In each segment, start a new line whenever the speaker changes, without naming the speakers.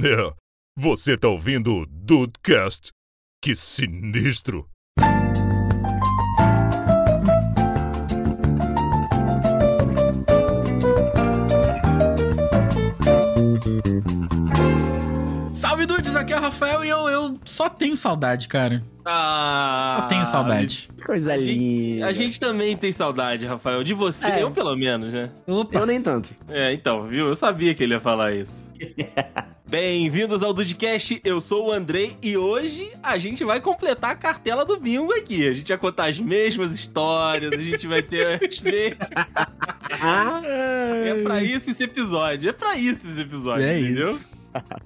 É, você tá ouvindo o Dudecast? Que sinistro!
Salve Dudes, aqui é o Rafael e eu, eu só tenho saudade, cara.
Ah,
Só tenho saudade.
Coisa
A gente-
linda.
A gente também tem saudade, Rafael. De você,
É.
eu pelo menos, né?
Opa,
Eu nem tanto.
É, então, viu? Eu sabia que ele ia falar isso. Bem-vindos ao Dudcast, eu sou o Andrei e hoje a gente vai completar a cartela do bingo aqui. A gente vai contar as mesmas histórias, a gente vai ter as mesmas...
Ah.
É pra isso esse episódio, é pra isso esse episódio,
é
entendeu?
isso.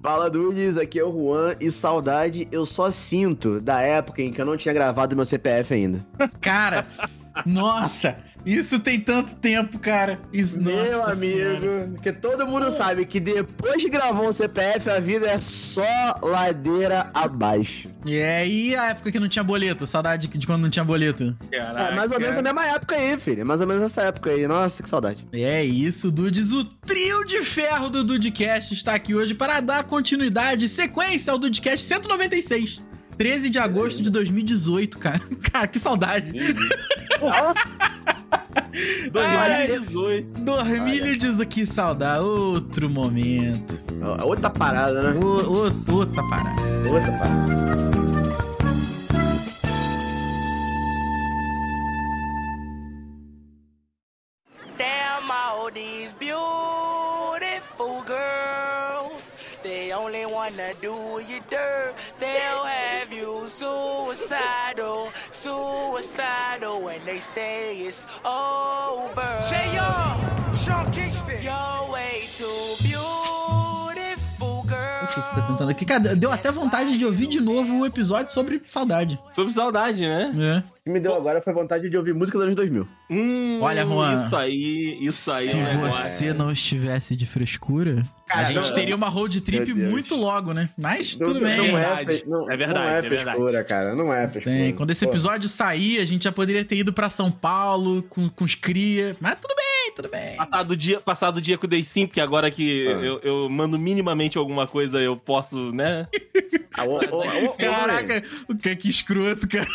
Fala Dudes, aqui é o Juan e saudade eu só sinto da época em que eu não tinha gravado meu CPF ainda.
Cara, nossa, isso tem tanto tempo, cara. Isso,
meu
nossa
amigo,
senhora.
porque todo mundo sabe que depois de gravar um CPF a vida é só ladeira abaixo.
E aí a época que não tinha boleto, saudade de quando não tinha boleto.
Caraca.
É mais ou menos a mesma época aí, filho. É mais ou menos essa época aí. Nossa, que saudade.
É isso, Dudes. O trio de ferro do Dudecast está aqui hoje para dar continuidade, sequência ao Dudecast 196. 13 de agosto de 2018, cara. Cara, que saudade.
2018.
2018, que saudade. Outro momento.
Ó, Outra parada, né?
O, o, outra parada.
Outra parada.
Damn all these beautiful girls. They only wanna do you dirt. They'll have you suicidal, suicidal when they say it's over. J.R. Sean Kingston. You're way too beautiful, girl.
O que que você tá perguntando aqui? Cara, deu até vontade de ouvir de novo o episódio sobre saudade.
Sobre saudade, né?
É.
O que me deu agora foi vontade de ouvir música dos anos 2000.
Hum,
Olha, Juan,
Isso aí, isso aí.
Se
é um negócio.
você não estivesse de frescura, a
Cara,
gente
não-
teria uma road trip
Meu Deus.
muito logo, né? Mas
Não-
tudo bem.
Não é,
verdade.
fe- não,
É verdade,
não é
é verdade.
frescura, cara. Não é frescura.
Tem. Quando esse
Pô.
episódio sair, a gente já poderia ter ido pra São Paulo com, com os cria. Mas tudo bem, tudo bem.
Passado dia, passado dia com o Day Sim, porque agora que
Ah.
eu, eu mando minimamente alguma coisa, eu posso, né?
Ah, ô, ô, ô, ô, mãe,
Caraca, o que que escroto, cara.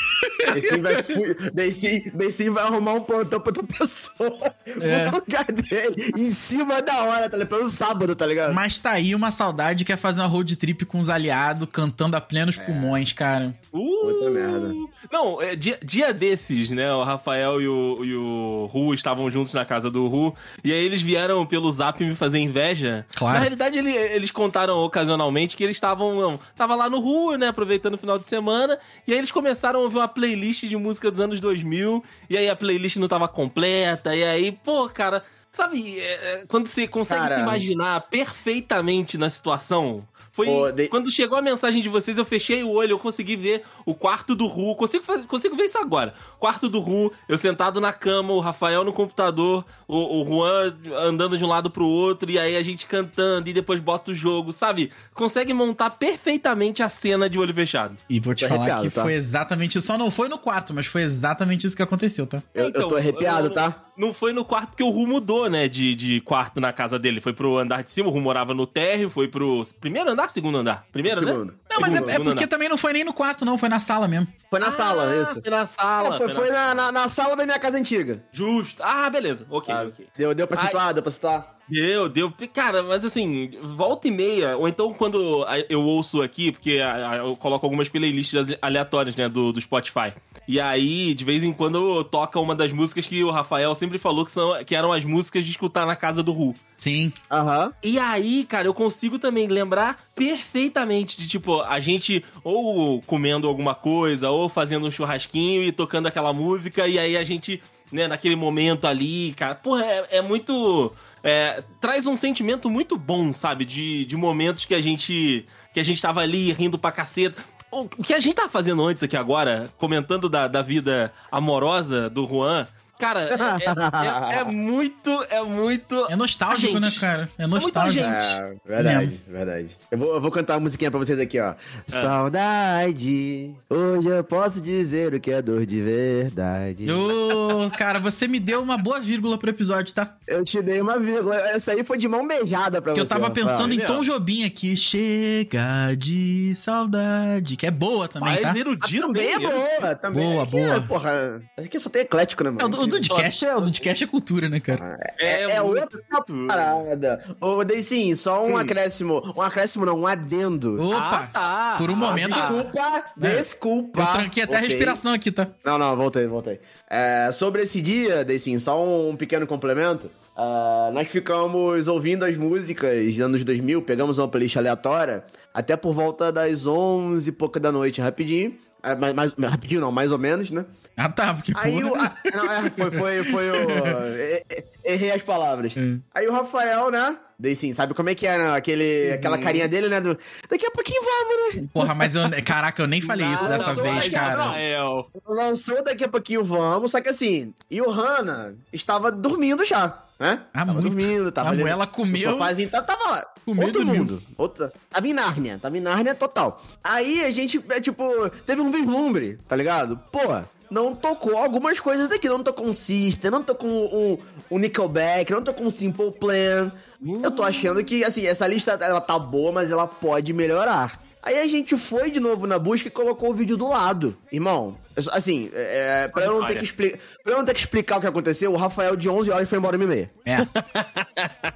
Deicinho vai, fu- Deicinho- Deicinho vai arrumar um plantão pra outra pessoa
É.
no lugar dele, em cima da hora, tá ligado? Pelo sábado, tá ligado?
Mas tá aí uma saudade que é fazer uma road trip com os aliados, cantando a plenos pulmões, cara.
Uh!
Puta merda.
Não, é, dia, dia desses, né? O Rafael e o, e o Ru estavam juntos na casa do Ru. E aí eles vieram pelo zap me fazer inveja.
Claro.
Na realidade, ele- eles contaram ocasionalmente que eles estavam. não, Tava lá no Ru, né? Aproveitando o final de semana. E aí eles começaram a ouvir uma playlist de música dos anos 2000. E aí a playlist não tava completa. E aí, pô, cara. Sabe, é, é, quando você consegue
Cara.
se imaginar perfeitamente na situação, foi
Pô, de-
quando chegou a mensagem de vocês, eu fechei o olho, eu consegui ver o quarto do Ru. Consigo, fa- consigo ver isso agora. Quarto do Ru, eu sentado na cama, o Rafael no computador, o, o Juan andando de um lado pro outro, e aí a gente cantando, e depois bota o jogo, sabe? Consegue montar perfeitamente a cena de olho fechado.
E vou te
Tô
falar
arrepiado,
que
tá?
foi exatamente isso. Só não foi no quarto, mas foi exatamente isso que aconteceu, tá?
eu, eu
Então,
tô arrepiado,
eu-
tá?
Não foi no quarto que o Ru mudou, né? De, de quarto na casa dele. Foi pro andar de cima, o Ru morava no térreo, foi pro primeiro andar, segundo andar? Primeiro, né?
Segundo.
Não, mas
Segundo,
é, é
segundo
porque
andar.
também não foi nem no quarto, não. Foi na sala mesmo.
Foi na sala,
Ah,
isso.
Foi na sala.
É, foi
na
foi na, na- na sala da minha casa antiga.
Justo. Ah, beleza. Ok,
Ah,
ok.
deu, deu pra
Ai.
situar, deu pra situar.
Deu, deu. Cara, mas assim, volta e meia, ou então quando a- eu ouço aqui, porque a- a- eu coloco algumas playlists ale- aleatórias, né, do, do Spotify. E aí, de vez em quando, toca uma das músicas que o Rafael sempre falou que, são, que eram as músicas de escutar na casa do Ru.
Sim.
Aham.
E aí, cara, eu consigo também lembrar perfeitamente de, tipo, a gente ou comendo alguma coisa, ou fazendo um churrasquinho e tocando aquela música, e aí a gente, né, naquele momento ali, cara, porra, é, é muito. é, traz um sentimento muito bom, sabe? De, de momentos que a gente. que a gente tava ali rindo pra caceta. O o que a gente tá fazendo antes aqui agora, comentando da, da vida amorosa do Juan, Cara, é, é- é- é muito, é muito.
É nostálgico,
Gente,
né, cara? É
muito
nostálgico.
gente.
É, verdade, verdade. Eu vou, eu vou cantar uma musiquinha pra vocês aqui, ó.
Ah.
Saudade, hoje eu posso dizer o que é dor de verdade. Eu,
Ô, cara, você me deu uma boa vírgula pro episódio, tá?
te dei uma vírgula. Essa aí foi de mão beijada pra
Porque
você.
eu tava pensando em
Legal.
Tom Jobim aqui. Chega de saudade. Que é boa também,
mais
tá?
erudito.
Também é
hein?
boa, também.
Boa,
é que,
boa.
Porra, acho que só tem eclético, né, mano?
É, o, o Dudcast é, o Dudcast é cultura, né, cara?
É, é
muito
outra parada. Ô, Deicin, só um
Hum.
acréscimo. Um acréscimo não, um adendo.
Opa!
Ah, tá.
Por um momento-
Desculpa,
É.
desculpa.
Eu tranquei até a
Ok.
respiração aqui, tá?
Não, não, voltei, voltei. É, sobre esse dia, Deicin, só um pequeno complemento. Ah, nós ficamos ouvindo as músicas dos anos 2000, pegamos uma playlist aleatória, até por volta das 11 e pouca da noite, rapidinho. Ah, mais- mais- rapidinho não, mais ou menos, né?
Ah, tá, porque
Aí
porra.
o. a- não, é, foi, foi, foi o. é, é, Errei as palavras.
Hum.
Aí o Rafael, né? Daí sim, sabe como é que é, né? Aquele, Aquela carinha dele, né? Do, Daqui a pouquinho vamos, né?
Porra, mas eu. Caraca, eu nem falei
Ah,
isso
Nada,
dessa
só
vez,
aí,
cara.
não.
é Rafael.
Lançou daqui a pouquinho vamos, só que assim, e o Hanna estava dormindo já, né?
Ah,
tava
muito.
dormindo, tava
a
ali
moela
no
comeu.
sofazinho, tá- tava lá.
Comeu e
outro
dormiu.
mundo. Outra, tava em Nárnia, tava em Nárnia total. Aí a gente, é, tipo, teve um vislumbre, tá ligado? Porra, não tocou algumas coisas daqui. Não tocou um Sister, não tocou um, um Nickelback, não tocou um Simple Plan. Eu tô achando que, assim, essa lista ela tá boa, mas ela pode melhorar. Aí a gente foi de novo na busca e colocou o vídeo do lado. Irmão, eu- assim, é, é, pra, eu não ter que expli- pra eu não ter que explicar o que aconteceu, o Rafael de 11 horas foi embora uma e meia.
É.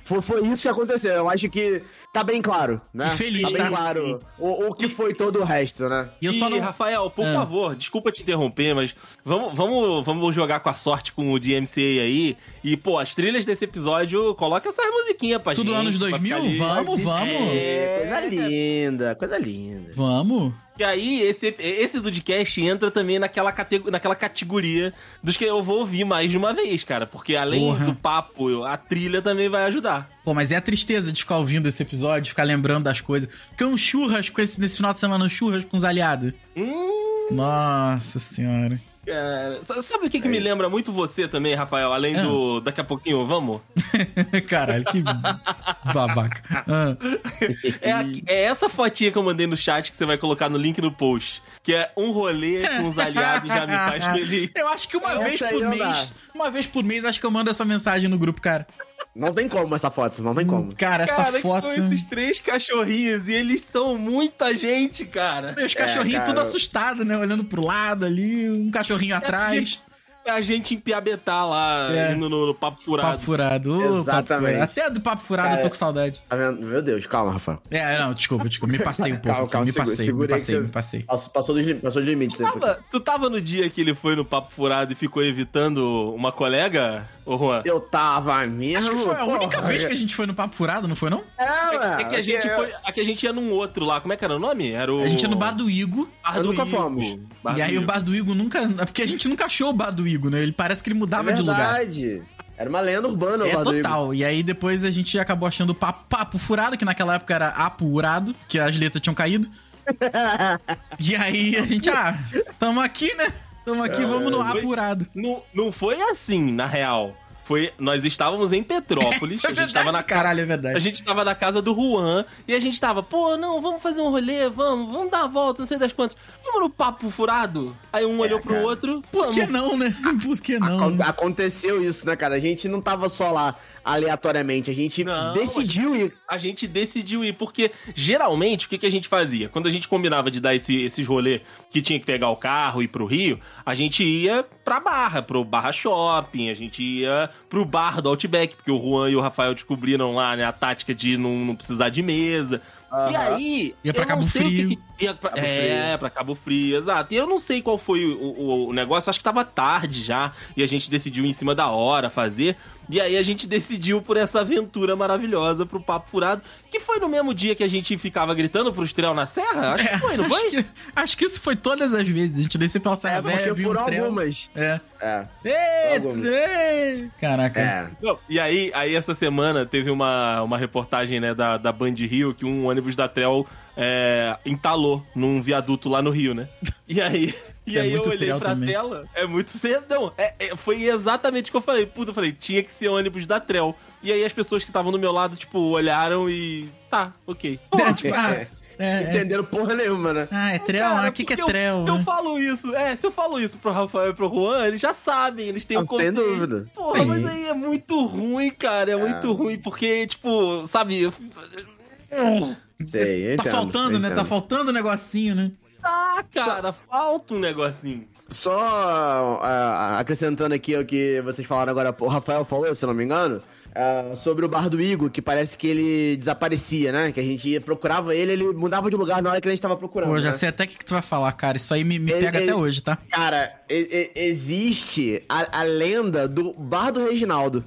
Foi, foi isso que aconteceu. Eu acho que tá bem claro, né?
E feliz,
tá bem
tá?
claro o, o que foi todo o resto, né?
E eu só
E,
não.
Rafael, por
Ah.
favor, desculpa te interromper, mas vamos, vamos, vamos jogar com a sorte com o DMCA aí. E, pô, as trilhas desse episódio, coloca essas musiquinhas pra
Tudo
gente.
anos
pra
2000?
ficar ali.
Vamos, vamos.
É, coisa linda, coisa linda.
Vamos.
E aí, esse, esse Dudcast entra também naquela, catego- naquela categoria dos que eu vou ouvir mais de uma vez, cara. Porque além
Porra.
do papo, a trilha também vai ajudar.
Pô, mas é a tristeza de ficar ouvindo esse episódio, ficar lembrando das coisas. Porque um churras com esse, nesse final de semana, um churras com os aliados.
Hum,
Nossa senhora.
cara. S- É, Sabe o que, que me lembra muito você também, Rafael? Além
Ah.
do daqui a pouquinho, vamos?
Caralho, que babaca. Ah,
É, a- é essa fotinha que eu mandei no chat que você vai colocar no link no post. Que é um rolê com os aliados já me faz feliz.
eu acho que uma
Essa
vez
aí
por
não dá.
mês. Uma vez por mês, acho que eu mando essa mensagem no grupo, cara.
Não tem como essa foto, não tem
Hum.
como.
Cara, essa
cara,
foto.
que são esses três cachorrinhos e eles são muita gente, cara.
E Os cachorrinhos
É, cara.
tudo assustados, né? Olhando pro lado ali, um cachorrinho atrás.
É A gente em Piabetá lá,
É.
indo no, no papo furado.
Papo furado. ô, papo
Exatamente.
furado. Até do papo furado eu tô
Cara.
com saudade.
Tá vendo? Meu Deus, calma, Rafael.
É, não, desculpa, desculpa. Me passei um pouco.
Calma, calma,
me
segura-
passei, me
segura aí que
passei,
você-
me passei.
Passou, passou dos, lim- passou dos limites.
Tu tava, tu tava no dia que ele foi no papo furado e ficou evitando uma colega, ô Juan?
Eu tava mesmo.
Acho que foi a
porra.
única vez que a gente foi no papo furado, não foi, não?
É,
É que a gente foi. É que a gente ia num outro lá. Como é que era o nome? Era o.
A gente ia no bar do Igo.
Bar do
Nunca
Igo.
fomos.
Bar
e
do
aí o
Igo.
bar do Igo nunca. é Porque a gente nunca achou o bar do Igo, né? Ele parece que ele mudava
é
de lugar.
verdade. Era uma lenda urbana,
É
o Vladimir.
total. E aí depois a gente acabou achando o papo, papo furado, que naquela época era apurado, que as letras tinham caído. e aí a gente, ah, tamo aqui, né? Tamo
É,
aqui, vamos no
foi-
apurado.
Não, não foi assim, na real. Foi, nós estávamos em Petrópolis,
Isso é
a, gente tava na,
verdade, caralho, é verdade.
a gente tava na casa do Juan, e a gente tava, pô, não, vamos fazer um rolê, vamos, vamos dar uma volta, não sei das quantas. Vamos no papo furado? Aí um olhou pro
cara.
outro,
Por
vamos.
que não, né? Por que não? né?
Aconte- Aconteceu isso, né, cara? A gente não tava só lá aleatoriamente, a gente
Não,
decidiu ir.
a gente decidiu ir, porque geralmente o que, que a gente fazia? Quando a gente combinava de dar esse, esses rolê que tinha que pegar o carro e ir pro Rio, a gente ia pra Barra, pro Barra Shopping, a gente ia pro bar do Outback, porque o Juan e o Rafael descobriram lá né, a tática de não, não precisar de mesa. E
Aham.
aí.
Ia pra
eu
Cabo
não sei o
Frio.
Que que- ia pra-
Cabo
é, pra Cabo Frio, exato. E eu não sei qual foi o, o- o negócio, acho que tava tarde já. E a gente decidiu em cima da hora fazer. E aí a gente decidiu por essa aventura maravilhosa pro Papo Furado, que foi no mesmo dia que a gente ficava gritando pro Estrel na Serra? Acho que foi, Ah, não
acho,
foi?
que, acho que isso foi todas as vezes. A gente desceu pela Serra
É,
Velha,
porque
viu um
foram
trem.
algumas.
É.
É, Logo.
Ei, ei. Caraca.
é.
Não, e aí, aí essa semana teve uma, uma reportagem né, da, da Band Rio que um ônibus da Tel é, entalou num viaduto lá no Rio, né? E aí, e
É
aí eu
muito
olhei
Trel
pra
também.
tela, é muito cedão. É, é, foi exatamente o que eu falei. Puta, eu falei, tinha que ser ônibus da Trel. E aí as pessoas que estavam do meu lado, tipo, olharam e. Tá, ok.
É, tipo, ah, é, é.
Entenderam porra nenhuma, né?
Ah, é trel?
Cara,
ah, o que, que é
porque eu-
trel?
Eu,
né?
falo isso, é, se eu falo isso pro Rafael e pro Juan, eles já sabem, eles têm
Ah,
um
sem dúvida.
Porra,
Sim.
mas aí é muito ruim, cara, é, muito ruim, porque, tipo, sabe... eu-
Sei, eu
Tá
entendo,
faltando,
eu
né? Tá
entendo.
faltando um negocinho, né?
Tá, cara, falta um negocinho.
Só ah, acrescentando aqui o que vocês falaram agora, o Rafael falou, se eu não me engano, ah, sobre o bar do Igor, que parece que ele desaparecia, né? Que a gente ia- procurava ele, ele mudava de lugar na hora que a gente tava procurando.
Pô, eu já
né?
sei até o que, que tu vai falar, cara. Isso aí me, me
Ele- é
pega
ele-
até hoje, tá?
Cara, e- e- existe a, a lenda do bar do Reginaldo.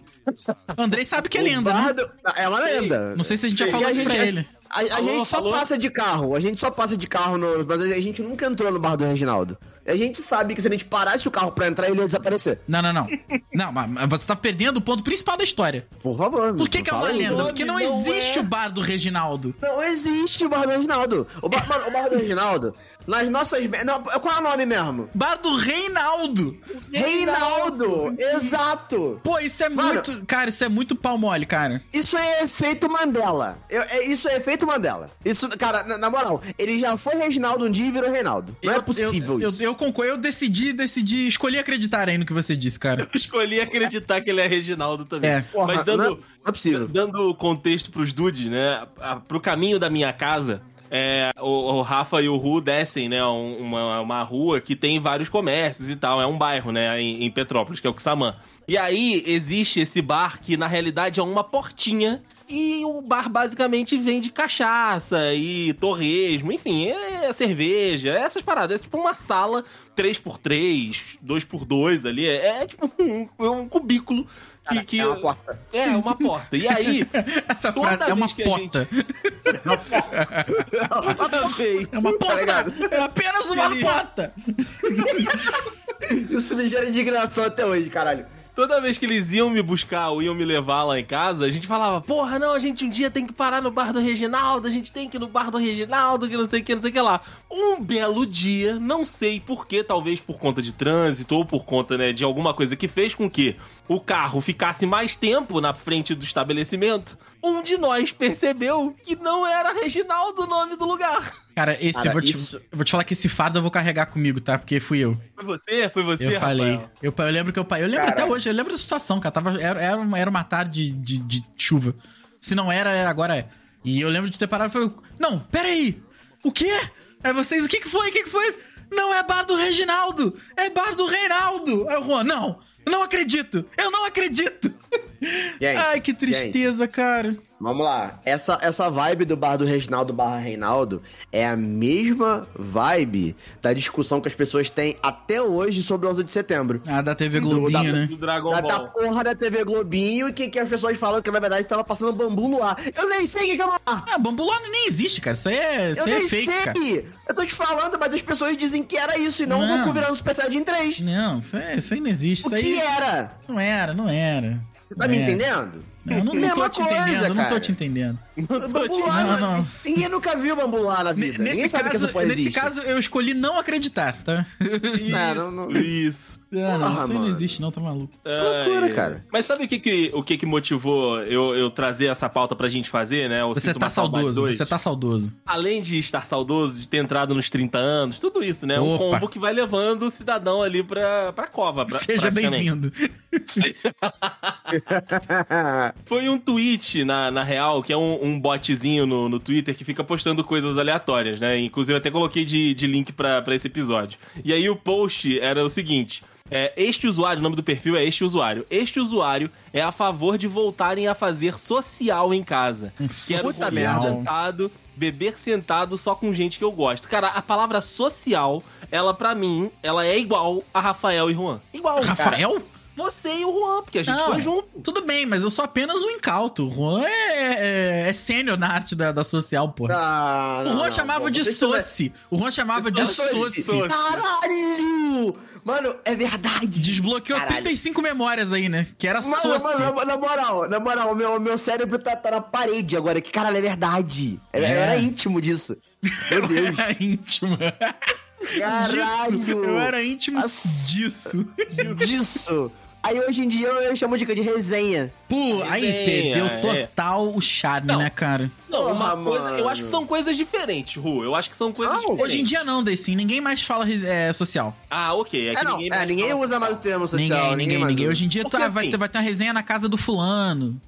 O Andrei sabe que é
O
lenda, né?
bar do- É uma lenda.
Não sei se a gente já
Sim.
falou
E a
isso pra
gente-
ele.
A, a
Falou,
gente só
falou.
passa de carro, a gente só passa de carro, no, mas a gente nunca entrou no bar do Reginaldo. A gente sabe que se a gente parasse o carro pra entrar, ele ia desaparecer.
Não, não, não. Não, mas mas você tá perdendo o ponto principal da história.
Por favor.
Por que, que é uma
fala aí.
lenda?
nome,
Porque não,
não
existe
é.
o bar do Reginaldo.
Não existe o bar do Reginaldo. O bar, mano, o bar do Reginaldo, nas nossas. me- Não, qual é o nome mesmo?
Bar do Reinaldo.
Reinaldo! Exato!
Pô, isso é
Mano.
muito. Cara, isso é muito pau mole, cara.
Isso é efeito Mandela. Eu- é- isso é efeito Mandela. Isso, cara, na, na moral, ele já foi Reginaldo um dia e virou Reinaldo. Não é possível
eu,
isso.
Eu, eu concordo, eu decidi, decidi, escolhi acreditar aí no que você disse, cara.
Eu escolhi acreditar que ele é Reginaldo também.
É.
Porra,
Mas dando,
não é- não é possível.
dando contexto pros dudes, né? a- Pro caminho da minha casa, é, o, o Rafa e o Ru descem, né? um- Uma, uma rua que tem vários comércios e tal. É um bairro, né? Em, em Petrópolis, que é o Kusamã. E aí existe esse bar que, na realidade, é uma portinha. E o bar basicamente vende cachaça e torresmo, enfim, é cerveja, essas paradas. É tipo uma sala 3x3, 2x2 ali. É, é tipo um, é um cubículo. que- que,
É uma porta.
é, uma porta. E aí,
Essa
Toda
frase é uma
vez que a gente-
pota.
é
É
Tá
uma pota! É apenas uma
Ele-
pota!
Isso me gera indignação até hoje, caralho.
toda vez que eles iam me buscar ou iam me levar lá em casa, a gente falava, porra, não, a gente um dia tem que parar no bar do Reginaldo, a gente tem que ir no bar do Reginaldo, que não sei o que, não sei o que lá. Um belo dia, não sei porquê, talvez por conta de trânsito ou por conta, né, de alguma coisa que fez com que o carro ficasse mais tempo na frente do estabelecimento, um de nós percebeu que não era Reginaldo o nome do lugar.
Cara, esse
Cara,
eu vou te,
isso-
eu vou te falar que esse fardo eu vou carregar comigo, tá? Porque fui eu.
Foi você? Foi você,
Eu falei.
Rafael?
Eu, eu lembro que eu pai. Eu lembro
Caraca.
até hoje, eu lembro da situação, cara. Tava, era, era, uma, era uma tarde de, de- de chuva. Se não era, é- agora é. E eu lembro de ter parado e falei: Não, peraí! O quê? Aí vocês, o que, que foi? O que, que foi? Não é bar do Reginaldo! É bar do Reinaldo! Aí o Juan, não! eu Não acredito! Eu não acredito!
Gente,
Ai, que tristeza, cara.
Vamos lá. Essa, essa vibe do bar do Reginaldo barra Reinaldo é a mesma vibe da discussão que as pessoas têm até hoje sobre o 11 de setembro.
Ah, da TV
da-
Globinho, né?
Do É, Dragon
Da, da
Ball.
porra da TV Globinho e que, que as pessoas falam que na verdade tava passando bambu no ar. Eu nem sei o que, que é um ar.
Ah, bambulano nem existe, cara. Isso aí é, isso
Eu
aí é
nem
fake,
sei.
cara.
Eu tô te falando, mas as pessoas dizem que era isso e não,
Não.
o Goku virando Super Saiyajin 3.
Não, isso, é, isso aí não existe.
O
Isso
que
aí
é?
É.
era?
não era, não era.
Você tá
Não
me
era.
entendendo?
Não, Né? eu não, não tô
Mesma
te
coisa,
entendendo, eu não tô
cara.
te entendendo.
Não tô te-
Bambu lá,
não,
mano.
não.
assim, Ninguém nunca viu bambu lá na vida. é Ninguém
Nesse,
sabe que
caso,
essa porra
nesse
existe.
caso, eu escolhi não acreditar, tá?
Não, não- não-
Isso.
Ah, não, isso aí não
mano.
existe, não, tá maluco.
Que loucura,
Ai,
cara.
Mas sabe o que que, o que, que motivou eu, eu trazer essa pauta pra gente fazer, né? O
Você
Sinto
tá
Uma Saudade
saudoso,
2?
você tá saudoso.
Além de estar saudoso, de ter entrado nos 30 anos, tudo isso, né? Um
Opa.
combo que vai levando o cidadão ali pra, pra cova. pra-
Seja
praticamente.
bem-vindo.
Foi um tweet, na, na real, que é um, um botzinho no, no Twitter que fica postando coisas aleatórias, né? Inclusive, eu até coloquei de, de link pra pra esse episódio. E aí, o post era o seguinte. é, este usuário, o nome do perfil é este usuário. Este usuário é a favor de voltarem a fazer social em casa.
Um
Quero
social.
comer sentado, beber sentado só com gente que eu gosto. Cara, a palavra social, ela pra mim, ela é igual a Rafael e Juan. Igual, cara.
Rafael?
Você e o Juan, porque a gente
Não.
foi junto.
Tudo bem, mas eu sou apenas um incauto. Juan é é, é, é sênior na arte da, da social, porra.
Ah,
o Juan chamava de Soci. O Juan chamava de Soci.
Soci.
Caralho! Mano, é verdade.
Desbloqueou
Caralho.
35 memórias aí, né? Que era
Mano,
Soci.
mano, na- na moral, na moral, meu, meu cérebro tá, tá na parede agora. Que caralho, é verdade. É- Eu
É.
era íntimo disso. Meu
Eu
Deus.
era íntimo. Disso.
Caralho.
Eu era íntimo
As-
disso.
disso. Aí hoje em dia eu chamo de, de resenha.
Pô, aí
Resenha, é.
perdeu total o charme,
Não.
né, cara?
Não,
Porra,
uma coisa. Eu
mano. Ah,
acho que são coisas diferentes, Ru. Eu acho que são coisas
São?
diferentes.
Hoje em dia não, Daysim. Ninguém mais fala é, social.
Ah, ok. É,
É,
que
não,
ninguém,
é, ninguém
fala-
usa mais o termo social.
ninguém, ninguém,
mais
ninguém.
usa.
Hoje em dia tu,
Porque
ah, vai,
assim-
ter, vai ter uma resenha na casa do fulano.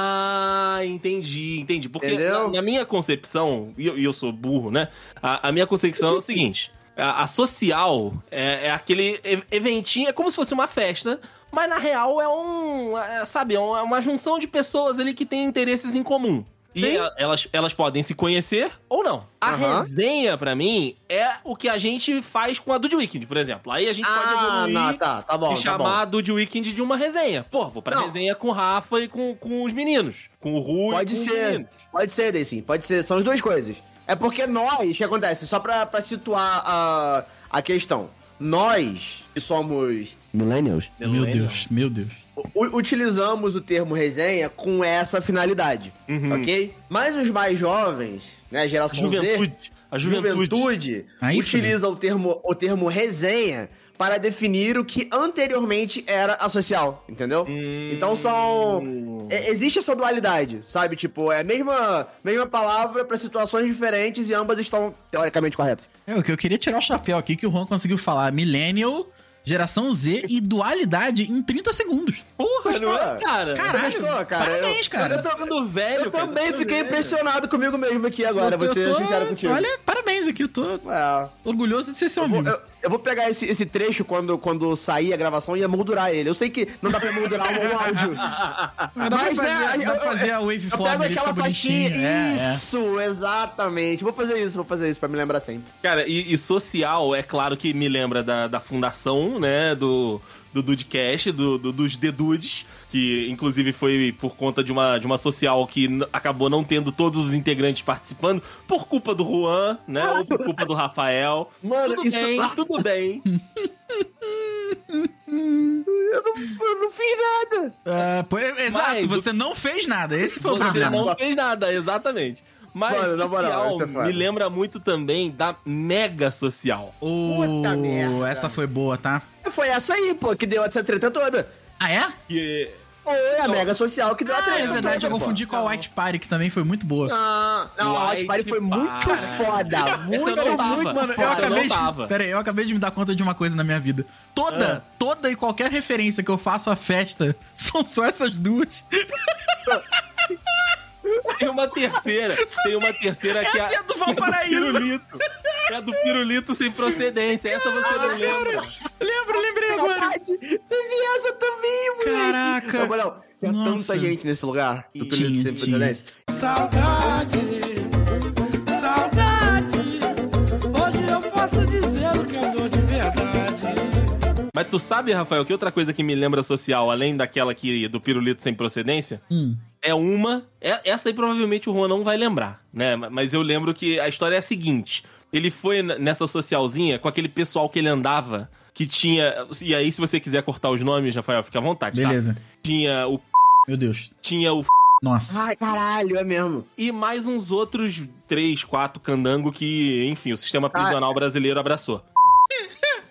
Ah, entendi, entendi. Porque
Entendeu?
na, na minha concepção, e eu, e eu sou burro, né? A, a minha concepção é o seguinte: a, a social é, é aquele e- eventinho, é como se fosse uma festa, mas na real é um. é, sabe, é uma, é uma junção de pessoas ali que têm interesses em comum. E
Sim.
e- elas, elas podem se conhecer ou não. A
Aham.
resenha, pra mim, é o que a gente faz com a Dude Weekend, por exemplo. Aí a gente pode
Ah,
evoluir
não, tá, tá bom.
e
tá
chamar do The Weekend de uma resenha. Pô, vou pra
Não.
resenha com o Rafa e com, com os meninos. Com o Rui.
bom. Pode
e com os
ser,
meninos.
pode ser, Daysim, pode ser. São as duas coisas. É porque nós, o que acontece? Só pra, pra situar a, a questão. Nós, que somos millennials,
Meu Deus, meu Deus.
u- utilizamos o termo resenha com essa finalidade,
Uhum.
ok? Mas os mais jovens, né,
A
geração Z,
juventude. A juventude.
juventude,
Aí,
utiliza o termo, o termo resenha para definir o que anteriormente era a social, entendeu?
Hum.
Então são. é- existe essa dualidade, sabe? Tipo, é a mesma, mesma palavra para situações diferentes e ambas estão teoricamente corretas.
É, o que eu queria tirar o chapéu aqui que o Juan conseguiu falar. Millennial, geração Z e dualidade em 30 segundos.
Porra, não é,
Gostou?
cara?
Caralho,
Gostou, cara?
parabéns,
Eu-
cara.
eu tô-
Tá ficando velho,
Eu
cara,
também
tá ficando
fiquei
velho.
impressionado comigo mesmo aqui agora,
Eu tô-
vou ser
eu tô-
sincero contigo.
Olha, parabéns aqui, eu tô
É.
orgulhoso de ser seu
Eu vou,
amigo.
eu- eu vou pegar esse, esse trecho quando, quando sair a gravação e emoldurar ele. Eu sei que não dá pra emoldurar um áudio.
Mas dá pra
Mas,
fazer,
né,
dá
eu-
pra fazer a
Eu
waveform
pego
ali, fica
aquela faixinha.
bonitinho. É, é.
Isso, exatamente. Vou fazer isso, vou fazer isso pra me lembrar sempre.
Cara, e, e social, é claro que me lembra da, da fundação, né? Do, do Dudecast, do, do- dos The Dudes, que inclusive foi por conta de uma, de uma social que n- acabou não tendo todos os integrantes participando, por culpa do Juan, né? Ou por culpa do Rafael.
Mano,
tudo
isso-
bem, tudo bem.
Eu não, eu não fiz nada.
Ah, pô, é- exato,
Mas o-
você não fez nada. Esse foi o
Você
problema.
não fez nada, exatamente. Mas
Mano, na moral,
social
isso é foda.
me lembra muito também da mega social.
Ô,
Puta merda.
essa foi boa, tá?
Foi essa aí, pô, que deu essa treta toda.
Ah, é?
Que
Foi a mega social que deu a
Ah,
treta
é verdade, eu
toda, pô.
confundi com a White Party, que também foi muito boa.
Ah, não, a Hot
White
Party foi muito
Party.
foda. Muito,
não tava.
muito, mano.
Essa
eu
não
foda.
acabei de,
tava.
pera aí, eu acabei de me dar conta de uma coisa na minha vida. Toda,
Ah.
toda e qualquer referência que eu faço à festa são só essas duas.
Tem uma terceira, tem uma terceira que
Essa é a do Valparaíso.
pirulito. É a do pirulito sem procedência. Essa você não lembra.
Lembro, lembrei agora.
Teve essa também, moleque.
Caraca.
Na moral, tinha
Nossa.
tanta gente nesse lugar. Do
Tinha,
período sempre
tinha.
violência.
Saudade, saudade. Hoje eu posso dizer o que eu dou de verdade.
Mas tu sabe, Rafael, que outra coisa que me lembra social, além daquela que do pirulito sem procedência,
Hum.
é uma. é- essa aí provavelmente o Juan não vai lembrar, né? Mas eu lembro que a história é a seguinte: ele foi n- nessa socialzinha com aquele pessoal que ele andava, que tinha. E aí, se você quiser cortar os nomes, Rafael, fica à vontade, tá?
Beleza.
Tinha o.
Meu Deus.
Tinha o.
Nossa.
Ai, caralho, é mesmo.
E mais uns outros três, quatro candango que, enfim, o sistema prisional brasileiro abraçou.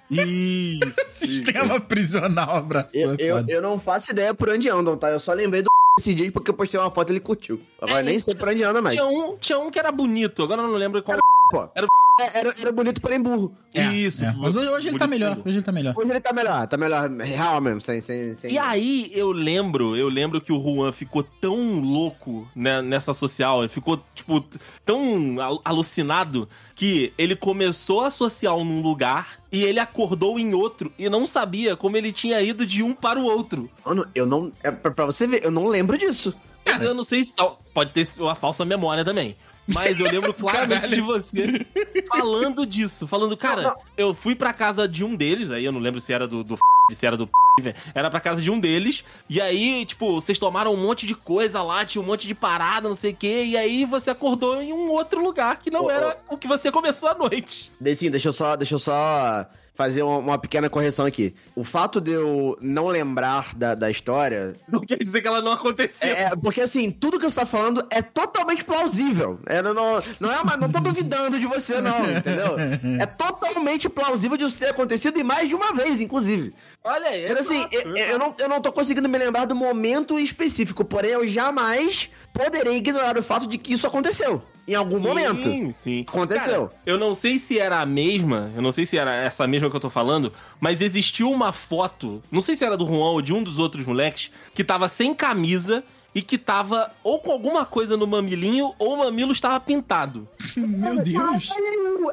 Isso.
Sistema prisional abraçou.
Eu, eu,
foda.
eu não faço ideia por onde andam, tá? Eu só lembrei do esse dia porque eu postei uma foto e ele curtiu. Agora
É,
nem sei por onde anda mais.
Tinha um, tinha um que era bonito, agora eu não lembro qual.
Pô,
era-
É, era, era bonito, porém burro.
É,
Isso.
é. Mas hoje, hoje ele tá
Bonito.
melhor. Hoje ele tá melhor.
Hoje ele tá melhor, tá melhor, real mesmo, sem. sem, sem...
E aí eu lembro, eu lembro que o Juan ficou tão louco né, nessa social, ele ficou, tipo, t- tão al- alucinado que ele começou a social num lugar e ele acordou em outro e não sabia como ele tinha ido de um para o outro.
Mano, eu não. É pra, pra você ver, eu não lembro disso.
Eu- Eu não sei se. ó, Pode ter uma falsa memória também. Mas eu lembro claramente
Caralho.
de você falando disso. Falando, cara, eu fui pra casa de um deles, aí eu não lembro se era do, do f- se era do p- velho. Era pra casa de um deles. E aí, tipo, vocês tomaram um monte de coisa lá, tinha um monte de parada, não sei o quê. E aí você acordou em um outro lugar que não
Ô,
era o que você começou à noite.
Decinho, deixa eu só, deixa eu só fazer uma, uma pequena correção aqui. O fato de eu não lembrar da, da história.
Não quer dizer que ela não aconteceu.
É, é, porque assim, tudo que você tá falando é totalmente plausível. É, não, não, não é uma- não tô duvidando de você, não, entendeu? É totalmente plausível de isso ter acontecido e mais de uma vez, inclusive.
Olha aí. é
Mas assim,
exato,
eu, eu não, eu não tô conseguindo me lembrar do momento específico, porém eu jamais poderei ignorar o fato de que isso aconteceu. Em algum momento.
Sim, sim.
Aconteceu.
Cara, eu não sei se era a mesma, eu não sei se era essa mesma que eu tô falando, mas existiu uma foto, não sei se era do Juan ou de um dos outros moleques, que tava sem camisa e que tava ou com alguma coisa no mamilinho ou o mamilo estava pintado.
Meu Deus.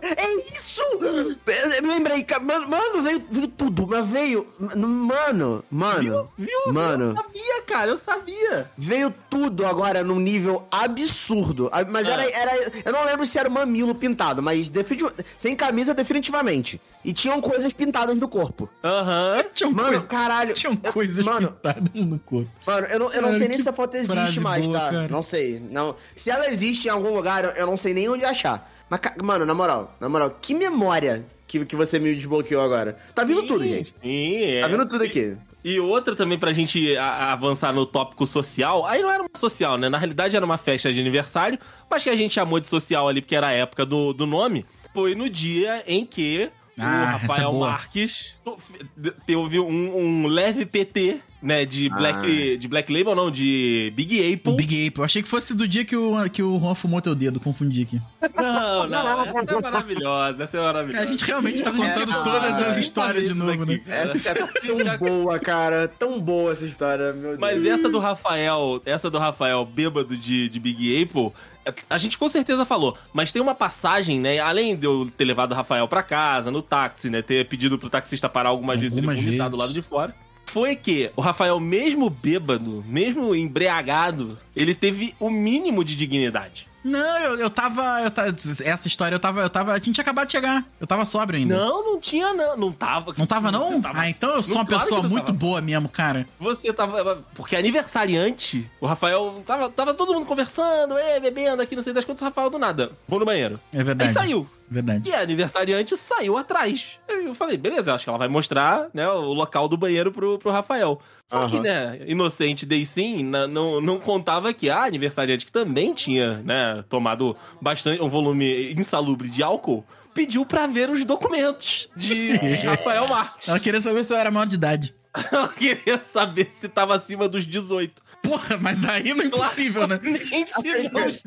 É isso! É, Eu- eu Lembrei, cara, mano, mano, veio, veio tudo, mas veio. Mano, mano,
Viu?
Mano.
Eu sabia, cara, eu sabia.
veio tudo agora num nível absurdo. Ah,
É.
Mas era,
Ah.
era. Eu não lembro se era um mamilo pintado, mas definitiv- sem camisa, definitivamente. E tinham coisas pintadas no corpo.
Aham.
É
Tinham,
Mano,
coisa-
caralho.
tinham
eu-
coisas
Mano,
pintadas no corpo.
Mano, eu não, eu não
Cara,
sei nem
que
se a foto
frase
existe mais,
boa,
tá?
cara.
Não sei. Não. Se ela existe em algum lugar, eu- eu não sei nem onde achar. Mas, ca- mano, na moral, na moral, que memória que, que você me desbloqueou agora. Tá vindo tudo, gente.
Sim, é.
Tá vindo tudo aqui.
E outra também pra gente a- a- avançar no tópico social. Aí não era uma social, né? Na realidade era uma festa de aniversário, mas que a gente chamou de social ali porque era a época do, do nome. Foi no dia em que
Ah,
o
essa é
Rafael
boa.
Marques to- de- teve um, um leve PT, né? De Black, de Black Label, não, de Big Apple.
Ah. Big Ape. Eu achei que fosse do dia que o, que o Juan fumou teu dedo, confundi aqui.
Não, não, essa é maravilhosa, essa é maravilhosa.
A gente realmente tá contando
Ah,
todas as
é.
histórias de novo, né?
Essa é tão
já-
boa, cara. Tão boa essa história, meu Deus.
Mas essa do Rafael, essa do Rafael bêbado de, de Big Apple, é, a gente com certeza falou. Mas tem uma passagem, né? Além de eu ter levado o Rafael pra casa, no táxi, né? Ter pedido pro taxista parar algumas, vezes pra ele
Algumas
vomitar do
vezes.
lado de fora. Foi que o Rafael, mesmo bêbado, mesmo embriagado, ele teve o mínimo de dignidade.
Não, eu, eu tava. Eu tava- essa história eu tava. Eu tava. A gente tinha acabado de chegar. Eu tava sóbrio ainda.
Não, não tinha, não. Não tava.
Não tava, não?
Você tava-
Ah, então eu sou
Não,
uma
claro que
pessoa
não
muito
tava.
boa mesmo, cara.
Você tava. Porque é aniversariante, o Rafael. Tava, tava todo mundo conversando, é, bebendo aqui, não sei das quantas, o Rafael do nada. Vou no banheiro.
É verdade.
Aí saiu.
Verdade.
E a aniversariante saiu atrás. Aí Eu falei, beleza, eu acho que ela vai mostrar né, o local do banheiro pro, pro Rafael. Só que,
Aham.
né, inocente Day sim, na- não, não contava que a aniversariante, que também tinha, né, tomado bastante um volume insalubre de álcool, pediu pra ver os documentos de Rafael Marques.
Ela queria saber se eu era maior de idade.
Ela queria saber se tava acima dos 18.
Porra, mas aí não é impossível, né?
Gente,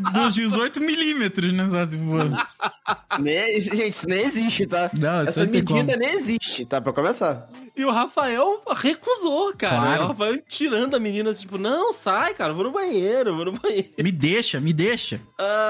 não
Dos 18 milímetros, né? Só se for.
Ne- Gente, isso nem existe, tá?
Não, isso
essa
não tem
medida
como.
nem existe, tá? Pra começar.
E o Rafael recusou, cara.
Claro.
O Rafael tirando a menina, assim, tipo, não, sai, cara, eu vou no banheiro, eu vou no banheiro.
Me deixa, me deixa.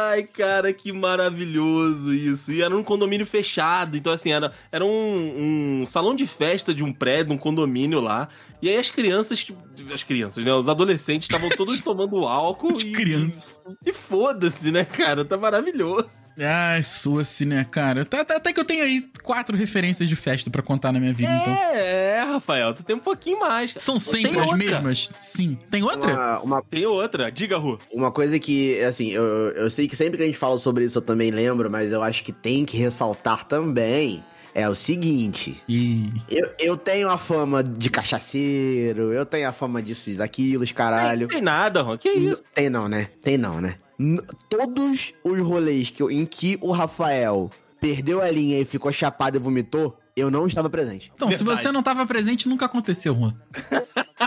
Ai, cara, que maravilhoso isso. E era um condomínio fechado, então, assim, era, era um, um salão de festa de um prédio, um condomínio lá. E aí as crianças, tipo, as crianças, né? Os adolescentes estavam todos tomando álcool.
De
e-
criança.
E, foda-se, né, cara? Tá maravilhoso.
Ai, sua-se, né, cara? Tá- tá- Até que eu tenho aí quatro referências de festa pra contar na minha vida, então.
É, é, Rafael, tu tem um pouquinho mais. cara.
São sempre
Tem
as
outra.
mesmas? Sim. Tem outra?
Uma, uma,
Tem outra, diga, Ru.
uma coisa que, assim, eu, eu sei que sempre que a gente fala sobre isso eu também lembro, mas eu acho que tem que ressaltar também. É o seguinte.
Ih.
Eu, eu tenho a fama de cachaceiro, eu tenho a fama disso e daquilo, os caralho.
Não tem nada, Ron. Que isso?
Tem não, né? Tem não, né? N- todos os rolês que eu- em que o Rafael perdeu a linha e ficou chapado e vomitou, eu não estava presente.
Então, se
Verdade.
você não tava presente, nunca aconteceu, Juan.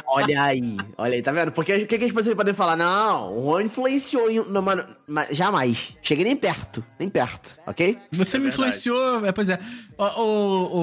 Olha aí, olha aí, tá vendo? Porque o que, que as pessoas podem falar? Não, o Juan influenciou em. Não, mano, mas jamais. Cheguei nem perto, nem perto, ok?
Você me
verdade.
influenciou, é, pois é. Ô, ô,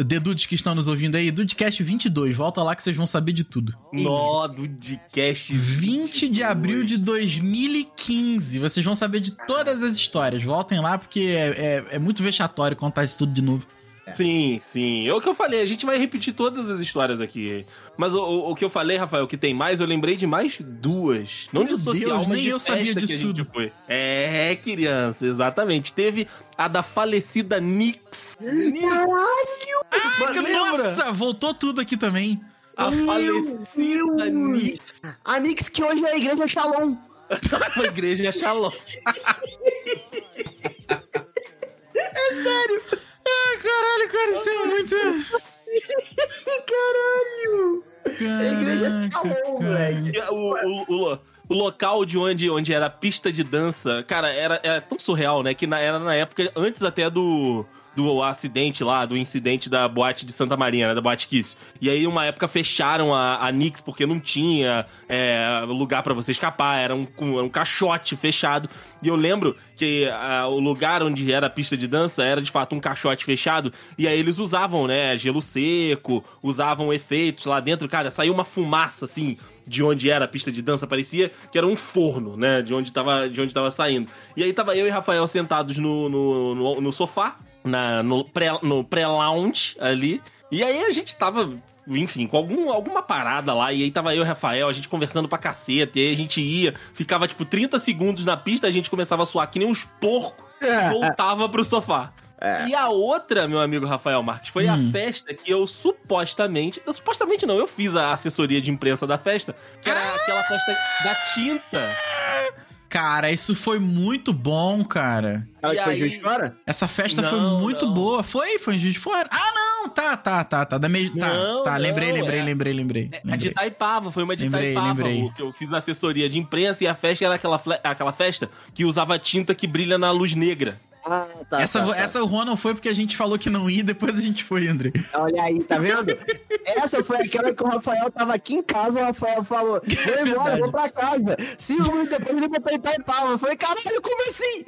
ô, Dedudes que estão nos ouvindo aí, Dudcast 22, volta lá que vocês vão saber de tudo.
Nó do Dcast
20 de abril de 2015, vocês vão saber de todas as histórias. Voltem lá porque é, é- é muito vexatório contar isso tudo de novo.
Sim, sim. É o que eu falei, a gente vai repetir todas as histórias aqui. Mas o, o- o que eu falei, Rafael, que tem mais, eu lembrei de mais duas. Não
Meu
de social,
Deus,
mas
nem
de
eu
festa
sabia
que
disso
a gente
tudo.
foi. É, criança, exatamente. Teve a da falecida Nix,
Ah,
Mas lembra?
nossa, voltou tudo aqui também.
A
Meu
falecida
Deus!
Nix
A Nix, que hoje é a igreja Shalom.
da igreja Shalom.
Ai, caralho, cara, isso é muito.
Caralho! A igreja
Caraca,
Shalom,
cara.
moleque.
E O, o- o lo- o local de onde, onde era a pista de dança, cara, era, era tão surreal, né? Que na, era na época, antes até do, do acidente lá, do incidente da boate de Santa Maria, né? Da boate Kiss. E aí, uma época, fecharam a, a Nix porque não tinha é, lugar pra você escapar, era um, era um caixote fechado. E eu lembro que ah, o lugar onde era a pista de dança era de fato um caixote fechado. E aí eles usavam, né, gelo seco, usavam efeitos lá dentro. Cara, saiu uma fumaça, assim, de onde era a pista de dança. Parecia que era um forno, né, de onde tava, de onde tava saindo. E aí tava eu e Rafael sentados no, no, no- no sofá, na, no pré- no pré-lounge ali. E aí a gente tava enfim, com algum, alguma parada lá, e aí tava eu e o Rafael, a gente conversando pra caceta, e aí a gente ia, ficava tipo 30 segundos na pista, a gente começava a suar que nem uns porcos, e voltava pro sofá. E a outra, meu amigo Rafael Marques, foi
Hum.
a festa que eu supostamente. eu supostamente não, eu fiz a assessoria de imprensa da festa, que era aquela festa da tinta.
Cara, isso foi muito bom, cara.
Ela
E
que É, foi
aí?
Juiz de fora?
Essa festa foi
Não,
muito
não.
boa. Foi, foi em Juiz de Fora. Ah, não! Tá, tá, tá, tá. Da me...
Não,
tá, tá,
não,
lembrei, lembrei,
é-
lembrei, lembrei,
A de
lembrei.
Itaipava, foi uma de
Lembrei,
Itaipava
lembrei.
o que eu fiz assessoria de imprensa e a festa era aquela, fle- aquela festa que usava tinta que brilha na luz negra.
Ah, tá.
Essa,
tá,
vo-
tá.
essa o Juan não foi porque a gente falou que não ia e depois a gente foi, André.
Olha aí, tá vendo? Essa foi aquela que o Rafael tava aqui em casa, o Rafael falou, vou embora,
É verdade.
vou pra casa. Cinco minutos depois ele botou em Itaipava. Eu falei, caralho, como assim?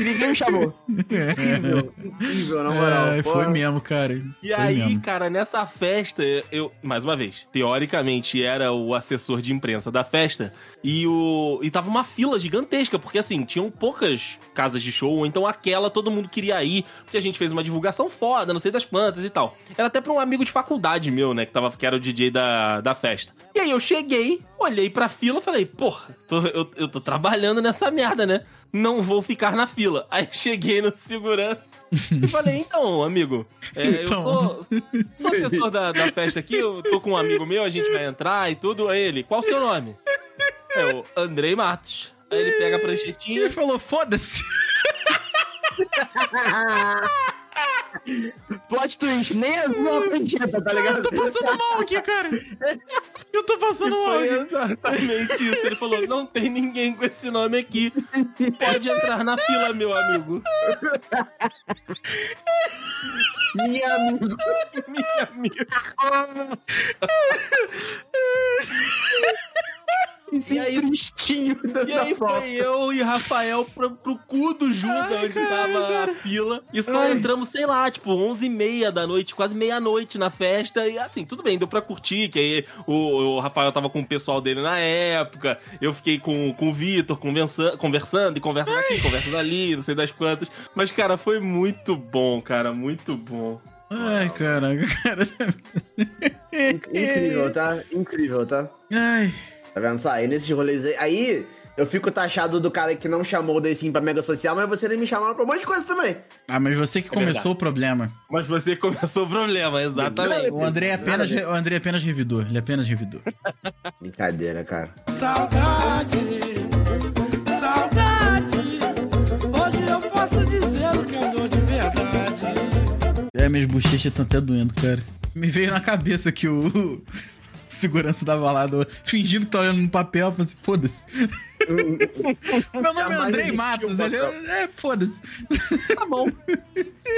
E ninguém me chamou. Incrível, incrível, na moral.
É,
Pô,
foi mesmo, cara.
E
Foi
aí,
mesmo.
cara, nessa festa, eu, mais uma vez, teoricamente era o assessor de imprensa da festa, e o e tava uma fila gigantesca, porque assim, tinham poucas casas de show, ou então aquela todo mundo queria ir, porque a gente fez uma divulgação foda, não sei das plantas e tal. Era até pra um amigo de faculdade meu, né, que tava que era o DJ da, da festa. E aí eu cheguei, olhei pra fila e falei, porra, tô- eu, eu tô trabalhando nessa merda, né? Não vou ficar na fila. Aí cheguei no segurança e falei, então, amigo, é,
Então.
eu sou, sou assessor da, da festa aqui, eu tô com um amigo meu, a gente vai entrar e tudo. Aí ele, qual o seu nome? É o Andrei Matos. Aí ele pega a
E
pranchetinha.
ele falou, foda-se.
Plot twist, nem a minha prancheta, tá
Eu
ligado?
tô passando mal aqui, cara. Eu tô passando mal
Foi
aqui.
exatamente isso. Ele falou: não tem ninguém com esse nome aqui. Pode entrar na fila, meu amigo.
Minha amiga.
Minha amiga.
Esse
E aí-
tristinho da
E aí
foto.
foi eu e Rafael pro, pro cu do Juga, onde tava a fila. E só entramos, sei lá, tipo, 11 e meia da noite, quase meia-noite na festa. E assim, tudo bem, deu pra curtir, que aí o, o Rafael tava com o pessoal dele na época. Eu fiquei com, com o Vitor conversa, conversando, e conversas aqui, conversas ali, não sei das quantas. Mas, cara, foi muito bom, cara, muito bom.
Ai, caraca, cara.
Incrível, tá? Incrível, tá?
Ai.
Tá vendo só? Aí nesses rolês aí. Aí eu fico taxado do cara que não chamou o Daysim pra mega social, mas vocês me chamaram pra um monte de coisa também.
Ah, mas você
É
que começou o problema.
Mas você começou o problema, exatamente.
O André é apenas, re- o André é apenas revidor. Ele é apenas revidor.
Brincadeira, cara.
Saudade, saudade. Hoje eu posso dizer que andou de verdade.
É, minhas bochechas estão até doendo, cara. Me veio na cabeça que o o segurança da balada fingindo que tá olhando no papel, falando assim, foda-se. Meu nome é
Jamais
Andrei
existiu
Matos,
um
ele
papel.
é, é, foda-se.
Tá bom.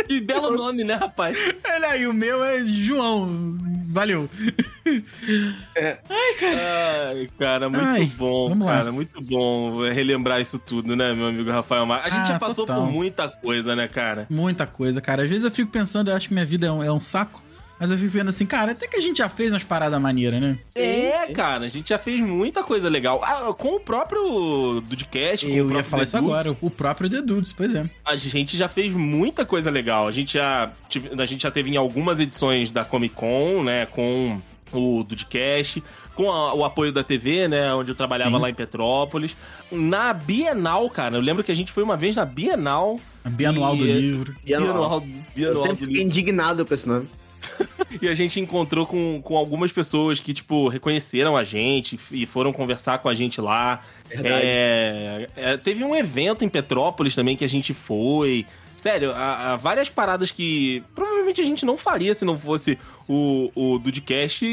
Que belo nome, né, rapaz?
Olha aí, o meu é João. Valeu.
Ai, cara, muito
Ai,
bom,
vamos lá.
cara, muito bom relembrar isso tudo, né, meu amigo Rafael Mar. A gente
Ah,
já passou
total.
por muita coisa, né, cara?
Muita coisa, cara. Às vezes eu fico pensando, eu acho que minha vida é um, é um saco. Mas eu fico vendo assim, cara, até que a gente já fez umas paradas maneiras, né?
É, cara, a gente já fez muita coisa legal. Ah, com o próprio Dudcast, com o
Eu ia
próprio
falar isso
Dedudes,
agora, o próprio The Dudes, pois é.
A gente já fez muita coisa legal. A gente já, tive- a gente já teve em algumas edições da Comic Con, né, com o Dudcast, com a- o apoio da TV, né, onde eu trabalhava lá em Petrópolis. Na Bienal, cara, eu lembro que a gente foi uma vez na Bienal.
Bianual do
E- é-
livro.
Bienal.
Bienal,
Eu
Bienal
sempre
do
fiquei
livro.
indignado com esse nome.
E a gente encontrou com, com algumas pessoas que, tipo, reconheceram a gente e foram conversar com a gente lá.
Verdade.
É, é, teve um evento em Petrópolis também que a gente foi. Sério, há, há várias paradas que provavelmente a gente não faria se não fosse o, o Dudcast.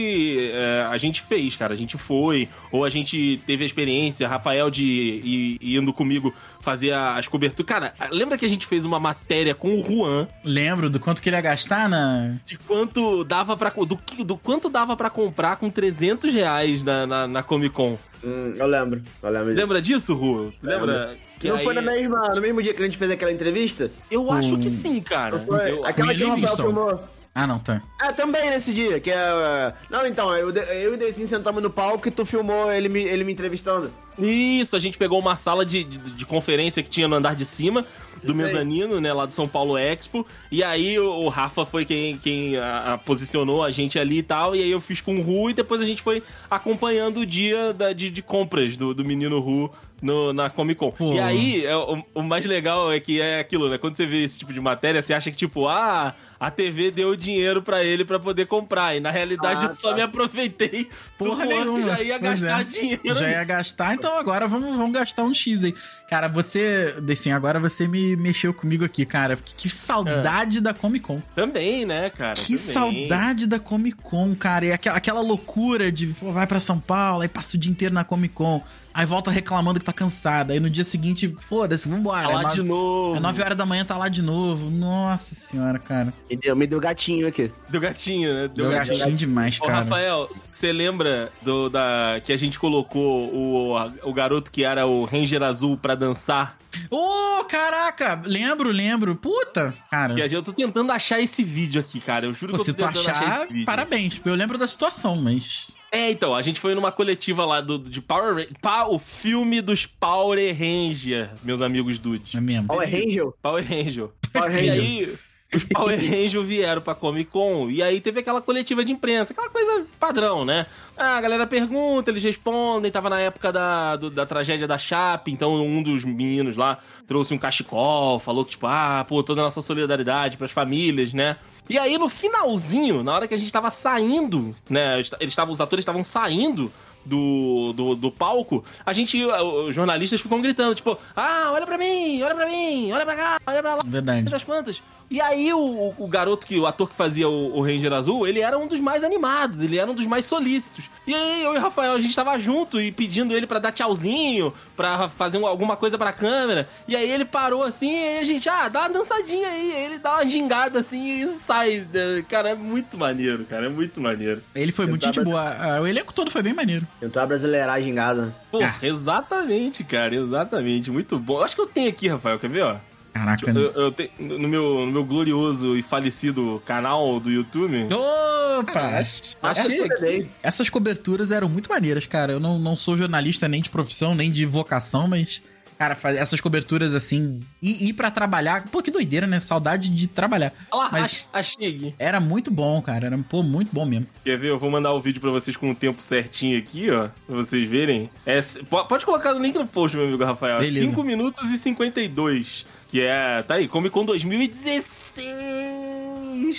é, a gente fez, cara. A gente foi, ou a gente teve a experiência. Rafael de ir- indo comigo fazer as coberturas. Cara, lembra que a gente fez uma matéria com o Juan?
Lembro do quanto que ele ia gastar na.
de quanto dava para do, que- do quanto dava para comprar com 300 reais na, na, na Comic Con.
Hum, eu lembro. Eu lembro disso.
Lembra disso, Ru? Lembra? Que
É, Não
aí-
foi na mesma, no mesmo dia que a gente fez aquela entrevista?
Eu acho que sim, cara.
Não foi?
É, Eu-
aquela que
William
o Rafael
Winston.
filmou.
Ah, não, tá.
Ah, também nesse dia, que é. uh, Não, então, eu, eu e o Dezinho sentamos no palco e tu filmou ele me, ele me entrevistando.
Isso, a gente pegou uma sala de, de, de conferência que tinha no andar de cima do
Isso aí.
mezanino, né, lá do São Paulo Expo. E aí o, o Rafa foi quem, quem a- a posicionou a gente ali e tal. E aí eu fiz com o Ru e depois a gente foi acompanhando o dia da- de, de compras do, do menino Ru no- na Comic Con.
Pô.
E aí é, o, o mais legal é que é aquilo, né? Quando você vê esse tipo de matéria, você acha que tipo, ah. A TV deu dinheiro pra ele pra poder comprar. E na realidade
Ah,
eu só
tá.
me aproveitei
Porra
do Juan,
nenhuma.
que já ia
Pois
gastar
é.
dinheiro
Já ia gastar, então agora vamos, vamos gastar um X aí. Cara, você. Assim, agora você me mexeu comigo aqui, cara. Que, que saudade
Ah.
da Comic Con.
Também, né, cara?
Que
Também.
saudade da Comic Con, cara. E aquela, aquela loucura de pô, vai pra São Paulo, aí passa o dia inteiro na Comic Con, aí volta reclamando que tá cansada. Aí no dia seguinte, foda-se, vambora.
Falar
é nove-
Tá de novo.
é 9 horas da manhã, tá lá de novo. Nossa senhora, cara.
Me deu, me deu gatinho aqui.
Deu gatinho, né? Deu
Eu
gatinho.
gatinho demais,
Ô,
cara.
Rafael, você lembra do, da, que a gente colocou o, o garoto que era o Ranger Azul pra dançar?
Ô, caraca! Lembro, lembro. Puta! Cara,
Que a gente- eu tô tentando achar esse vídeo aqui, cara. Eu juro
É. pô,
que
se
eu tô
tu
tentando achar
achar,
esse vídeo.
parabéns. porque Eu lembro da situação, mas.
É, então, a gente foi numa coletiva lá do, de Power Rangers. o filme dos Power Ranger, meus amigos dudes.
É mesmo.
Ó, é Rangel?
Power Ranger.
Ó, é
E
Rangel.
aí, os Power Rangers vieram pra Comic Con. E aí teve aquela coletiva de imprensa, aquela coisa padrão, né? Ah, a galera pergunta, eles respondem. Tava na época da, do- da tragédia da Chape, então um dos meninos lá trouxe um cachecol, falou que, tipo, ah, pô, toda a nossa solidariedade pras famílias, né? E aí, no finalzinho, na hora que a gente tava saindo, né? est- Eles estavam, os atores estavam saindo do, do, do palco, a gente, os jornalistas ficam gritando, tipo, ah, olha pra mim, olha pra mim, olha pra cá, olha pra lá
Verdade.
das plantas. E aí o, o garoto que o ator que fazia o, o Ranger Azul, ele era um dos mais animados, ele era um dos mais solícitos. E aí eu e o Rafael a gente tava junto e pedindo ele pra dar tchauzinho, pra fazer um- alguma coisa pra câmera. E aí ele parou assim, e aí a gente, ah, dá uma dançadinha aí, Aí ele dá uma gingada assim e sai. né? Cara, é muito maneiro, cara, é muito maneiro.
Ele foi muito
tava-
gente boa. Ah, O elenco todo foi bem maneiro.
Tentou a brasileirar gingada.
Pô,
Ah.
exatamente, cara, exatamente, muito bom. Eu Acho que eu tenho aqui, Rafael, quer ver, ó?
Caraca.
Eu, eu tenho- no, meu, no meu glorioso e falecido canal do YouTube. Ah, é.
Opa!
É
Achei aqui.
Essas coberturas eram muito maneiras, cara. Eu não, não sou jornalista nem de profissão, nem de vocação, mas. Cara, faz- essas coberturas assim. E ir pra trabalhar. Pô, que doideira, né? Saudade de trabalhar.
Olha lá,
Mas-
a, a Shig.
Era muito bom, cara. Era, pô, muito bom mesmo.
Quer ver? Eu vou mandar o vídeo pra vocês com o tempo certinho aqui, ó. Pra vocês verem. É, c- po- pode colocar no link no post, meu amigo Rafael.
Beleza.
5 minutos e 52. Que é. Tá aí, Comic Con 2016.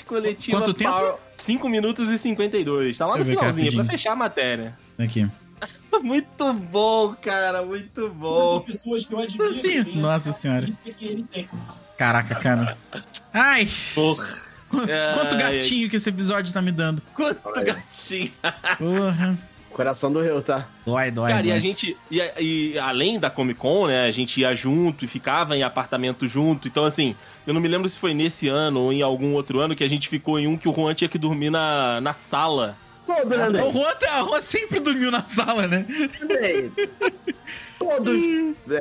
Coletiva.
Quanto tempo?
5 minutos e 52. Tá lá no
Deixa eu ver cá
finalzinho, é pra
rapidinho.
fechar a matéria.
Aqui.
Muito bom, cara, muito
Todas
bom.
as pessoas que eu admiro.
Sim,
têm
nossa
essa
senhora.
característica Que ele tem.
Caraca, cara. Ai!
Porra,
qu-
Ai,
Quanto
ai.
gatinho que esse episódio tá me dando.
quanto gatinho.
Porra.
Coração do Rio, tá?
Dói, dói.
Cara, e
dói.
a gente. E, a- e além da Comic Con, né? A gente ia junto e ficava em apartamento junto. Então, assim, eu não me lembro se foi nesse ano ou em algum outro ano que a gente ficou em um que o Juan tinha que dormir na, na sala.
Todos, né,
O
Andrei?
Juan, tá- o Juan sempre dormiu na sala, né?
Andrei. Todos.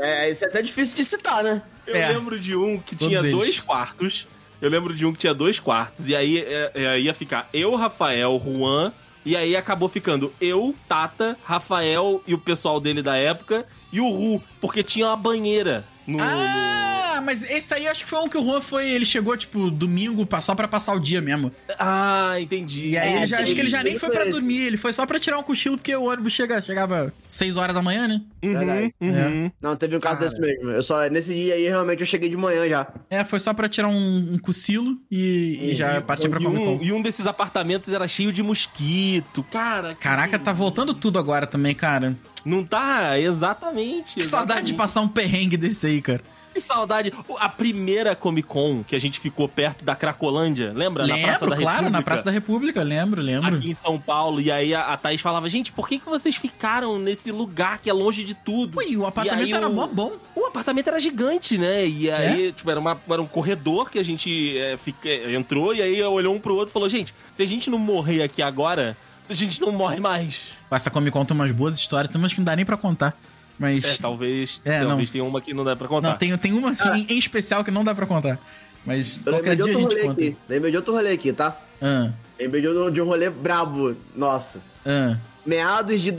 É, isso é até difícil de citar, né?
Eu
É.
lembro de um que
Todos
tinha
eles.
dois quartos. Eu lembro de um que tinha dois quartos. E aí é, é, ia ficar eu, Rafael, Juan. E aí acabou ficando eu, Tata, Rafael e o pessoal dele da época. E o Ru, porque tinha uma banheira no- no...
Ah, mas esse aí acho que foi um que o Juan foi. Ele chegou, tipo, domingo pra- só pra passar o dia mesmo.
Ah, entendi.
E aí
É,
ele já, acho que ele já nem
ele
foi
foi
pra
esse.
dormir, ele foi só pra tirar um cochilo, porque o ônibus chega, chegava 6 horas da manhã, né?
Uhum,
Verdade.
uhum.
É,
Não, teve um caso
Cara.
desse mesmo. Eu só, nesse dia aí, realmente, eu cheguei de manhã já.
É, foi só pra tirar um, um cochilo e, e já partir pra
E,
Comic Con.
um, e um desses apartamentos era cheio de mosquito. Cara, que-
Caraca, tá voltando tudo agora também, cara.
Não tá? Exatamente.
Que saudade de
exatamente.
passar um perrengue desse aí, cara.
Que saudade. A primeira Comic Con que a gente ficou perto da Cracolândia, lembra?
lembro, claro, na Praça da República, lembro, lembro.
Aqui em São Paulo. E aí a, a Thaís falava, gente, por que, que vocês ficaram nesse lugar que é longe de tudo?
Ui, o apartamento
aí
era
o-
mó bom.
O apartamento era gigante, né? E aí,
É?
tipo, era, uma- era um corredor que a gente é, fica- é, entrou e aí olhou um pro outro e falou, gente, se a gente não morrer aqui agora, a gente não morre mais.
Essa Comic Con tem umas boas histórias, tem umas que não dá nem pra contar. Mas.
É, talvez,
É,
talvez
não.
tenha uma que não dá pra contar.
Não, tem, tem uma em, em especial que não dá pra contar. Mas
Ah. Eu
qualquer
lembrei
dia
de
a
outro
gente
rolê
conta.
aqui. Lembrei de outro rolê aqui, tá?
Ah,
Lembrei de um, de um rolê brabo. Nossa.
ah.
Meados de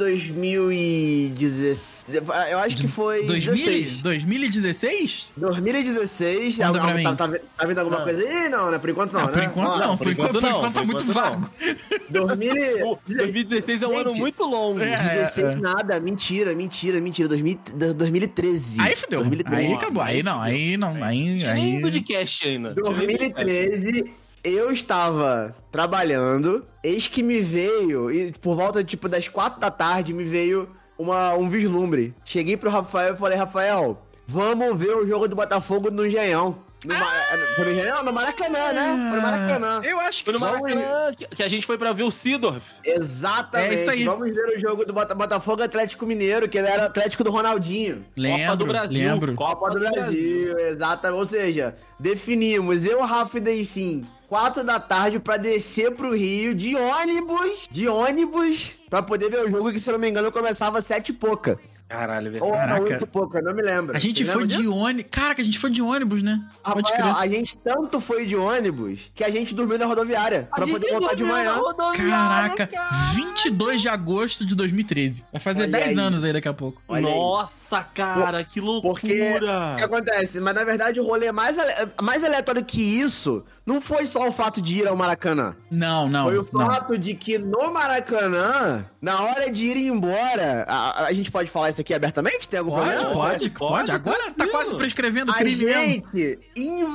2016. Eu acho que foi
2000,
16.
2016?
2016.
Conta pra
algum-
mim.
tá, tá, tá vindo alguma
Ah.
coisa aí? Não, né? Por enquanto não,
Ah,
né?
por enquanto
Vamos lá.
não, por enquanto, por
não,
enquanto tá
por
muito
enquanto não.
vago.
2000
Pô, 2016 é um ano
Gente,
muito longo.
É,
16
é.
nada, mentira, mentira, mentira. 2000, 2013.
Aí fudeu.
2013.
Aí acabou. Aí não, aí não, aí.
Tinha
aí...
nem podcast ainda. Tinha nem podcast.
2013, eu estava trabalhando, eis que me veio, e por volta tipo das quatro da tarde, me veio uma, um vislumbre. Cheguei pro Rafael e falei, Rafael, vamos ver o jogo do Botafogo no Engenhão. No, Ma- foi no Engenhão? No Maracanã, né? Foi no Maracanã.
Eu acho que
Foi no
foi.
Maracanã que, que a gente foi pra ver o Sidorf.
Exatamente.
É isso aí.
Vamos ver o jogo do Bota- Botafogo e Atlético Mineiro, que ele era Atlético do Ronaldinho.
Lembro,
Copa do Brasil.
lembro.
Copa do Brasil, exatamente. Ou seja, definimos eu, Rafa e Deicim, 4 da tarde pra descer pro Rio de ônibus, de ônibus, pra poder ver o jogo que, se eu não me engano, começava às 7 e pouca.
Caralho, velho.
Ou era
Caraca.
8 e pouca, eu não me lembro.
A gente
Você
foi
lembra disso?
de ônibus. Caraca, a gente foi de ônibus, né? Pode
Rafael,
crer.
a gente tanto foi de ônibus que a gente dormiu na rodoviária pra poder voltar de manhã.
Caraca, 22 de agosto de 2013. Vai fazer
Olha
10
aí.
anos aí daqui a pouco.
Olha aí.
Nossa, cara, que
Porque
loucura.
o que acontece? Mas na verdade o rolê mais, ale- mais aleatório que isso não foi só o fato de ir ao Maracanã.
Não, não.
Foi o
não.
fato de que no Maracanã, na hora de ir embora, a, a gente pode falar isso aqui abertamente? Tem algum
Pode,
problema?
pode, pode,
Pode,
Agora tá
tranquilo.
quase prescrevendo o
A
crime mesmo.
gente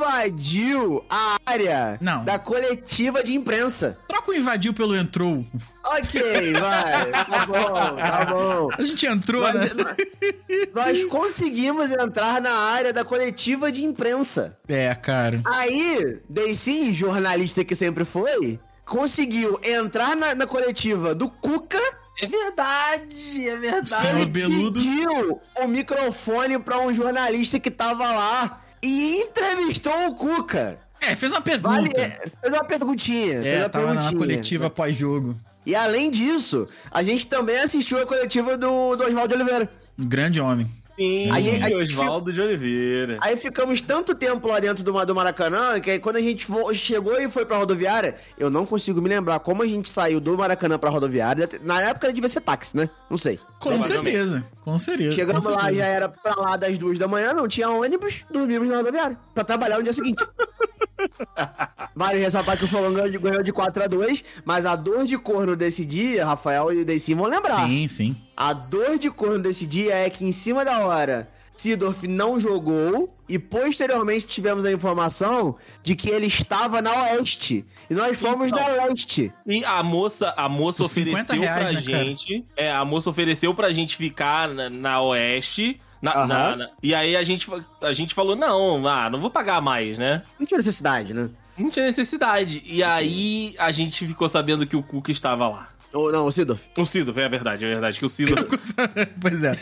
invadiu a área
Não.
da coletiva de imprensa.
Troca o invadiu pelo entrou.
Ok, vai. Tá bom, tá bom.
A gente entrou,
Nós,
né?
nós conseguimos entrar na área da coletiva de imprensa.
É, cara.
Aí, Deici, jornalista que sempre foi, conseguiu entrar na, na coletiva do Cuca.
É verdade, é
Senhor
verdade.
Beludo.
pediu o microfone pra um jornalista que tava lá e entrevistou o Cuca.
É, fez uma pergunta.
Vale, é, fez uma perguntinha. fez
É,
uma
tava na
perguntinha.
coletiva pós-jogo.
E além disso, a gente também assistiu a coletiva do, do Oswaldo Oliveira.
Um grande homem.
Sim,
A gente- a gente-
Oswaldo de Oliveira.
Aí ficamos tanto tempo lá dentro do, Ma- do Maracanã que aí quando a gente vo- chegou e foi pra rodoviária, eu não consigo me lembrar como a gente saiu do Maracanã pra rodoviária. Na época devia ser táxi, né? Não sei.
Com
Provavelmente.
certeza. Com certeza.
Chegamos
com
lá, é
certeza.
já era pra lá das duas da manhã, não tinha ônibus, dormimos na rodoviária pra trabalhar no dia seguinte. Vale ressaltar que o Flamengo ganhou de- ganhou de 4 a 2 mas a dor de corno desse dia, Rafael e o Deicim vão lembrar.
Sim, sim.
A dor de corno desse dia é que em cima da hora, Sidorf não jogou e posteriormente tivemos a informação de que ele estava na Oeste. E nós fomos
Então.
na Leste.
E a moça, a moça
Por 50
ofereceu
reais,
pra
né, cara?
gente. É, a moça ofereceu pra gente ficar na, na Oeste. na-
Aham.
na- na- e aí a gente, fa- a gente falou: não, ah, não vou pagar mais, né?
Não tinha necessidade, né?
Não tinha necessidade. E aí a gente ficou sabendo que o Cuca estava lá.
Ou não, Sidorf.
O Sidorf, é verdade, é verdade. Que o Sidorf,
pois é.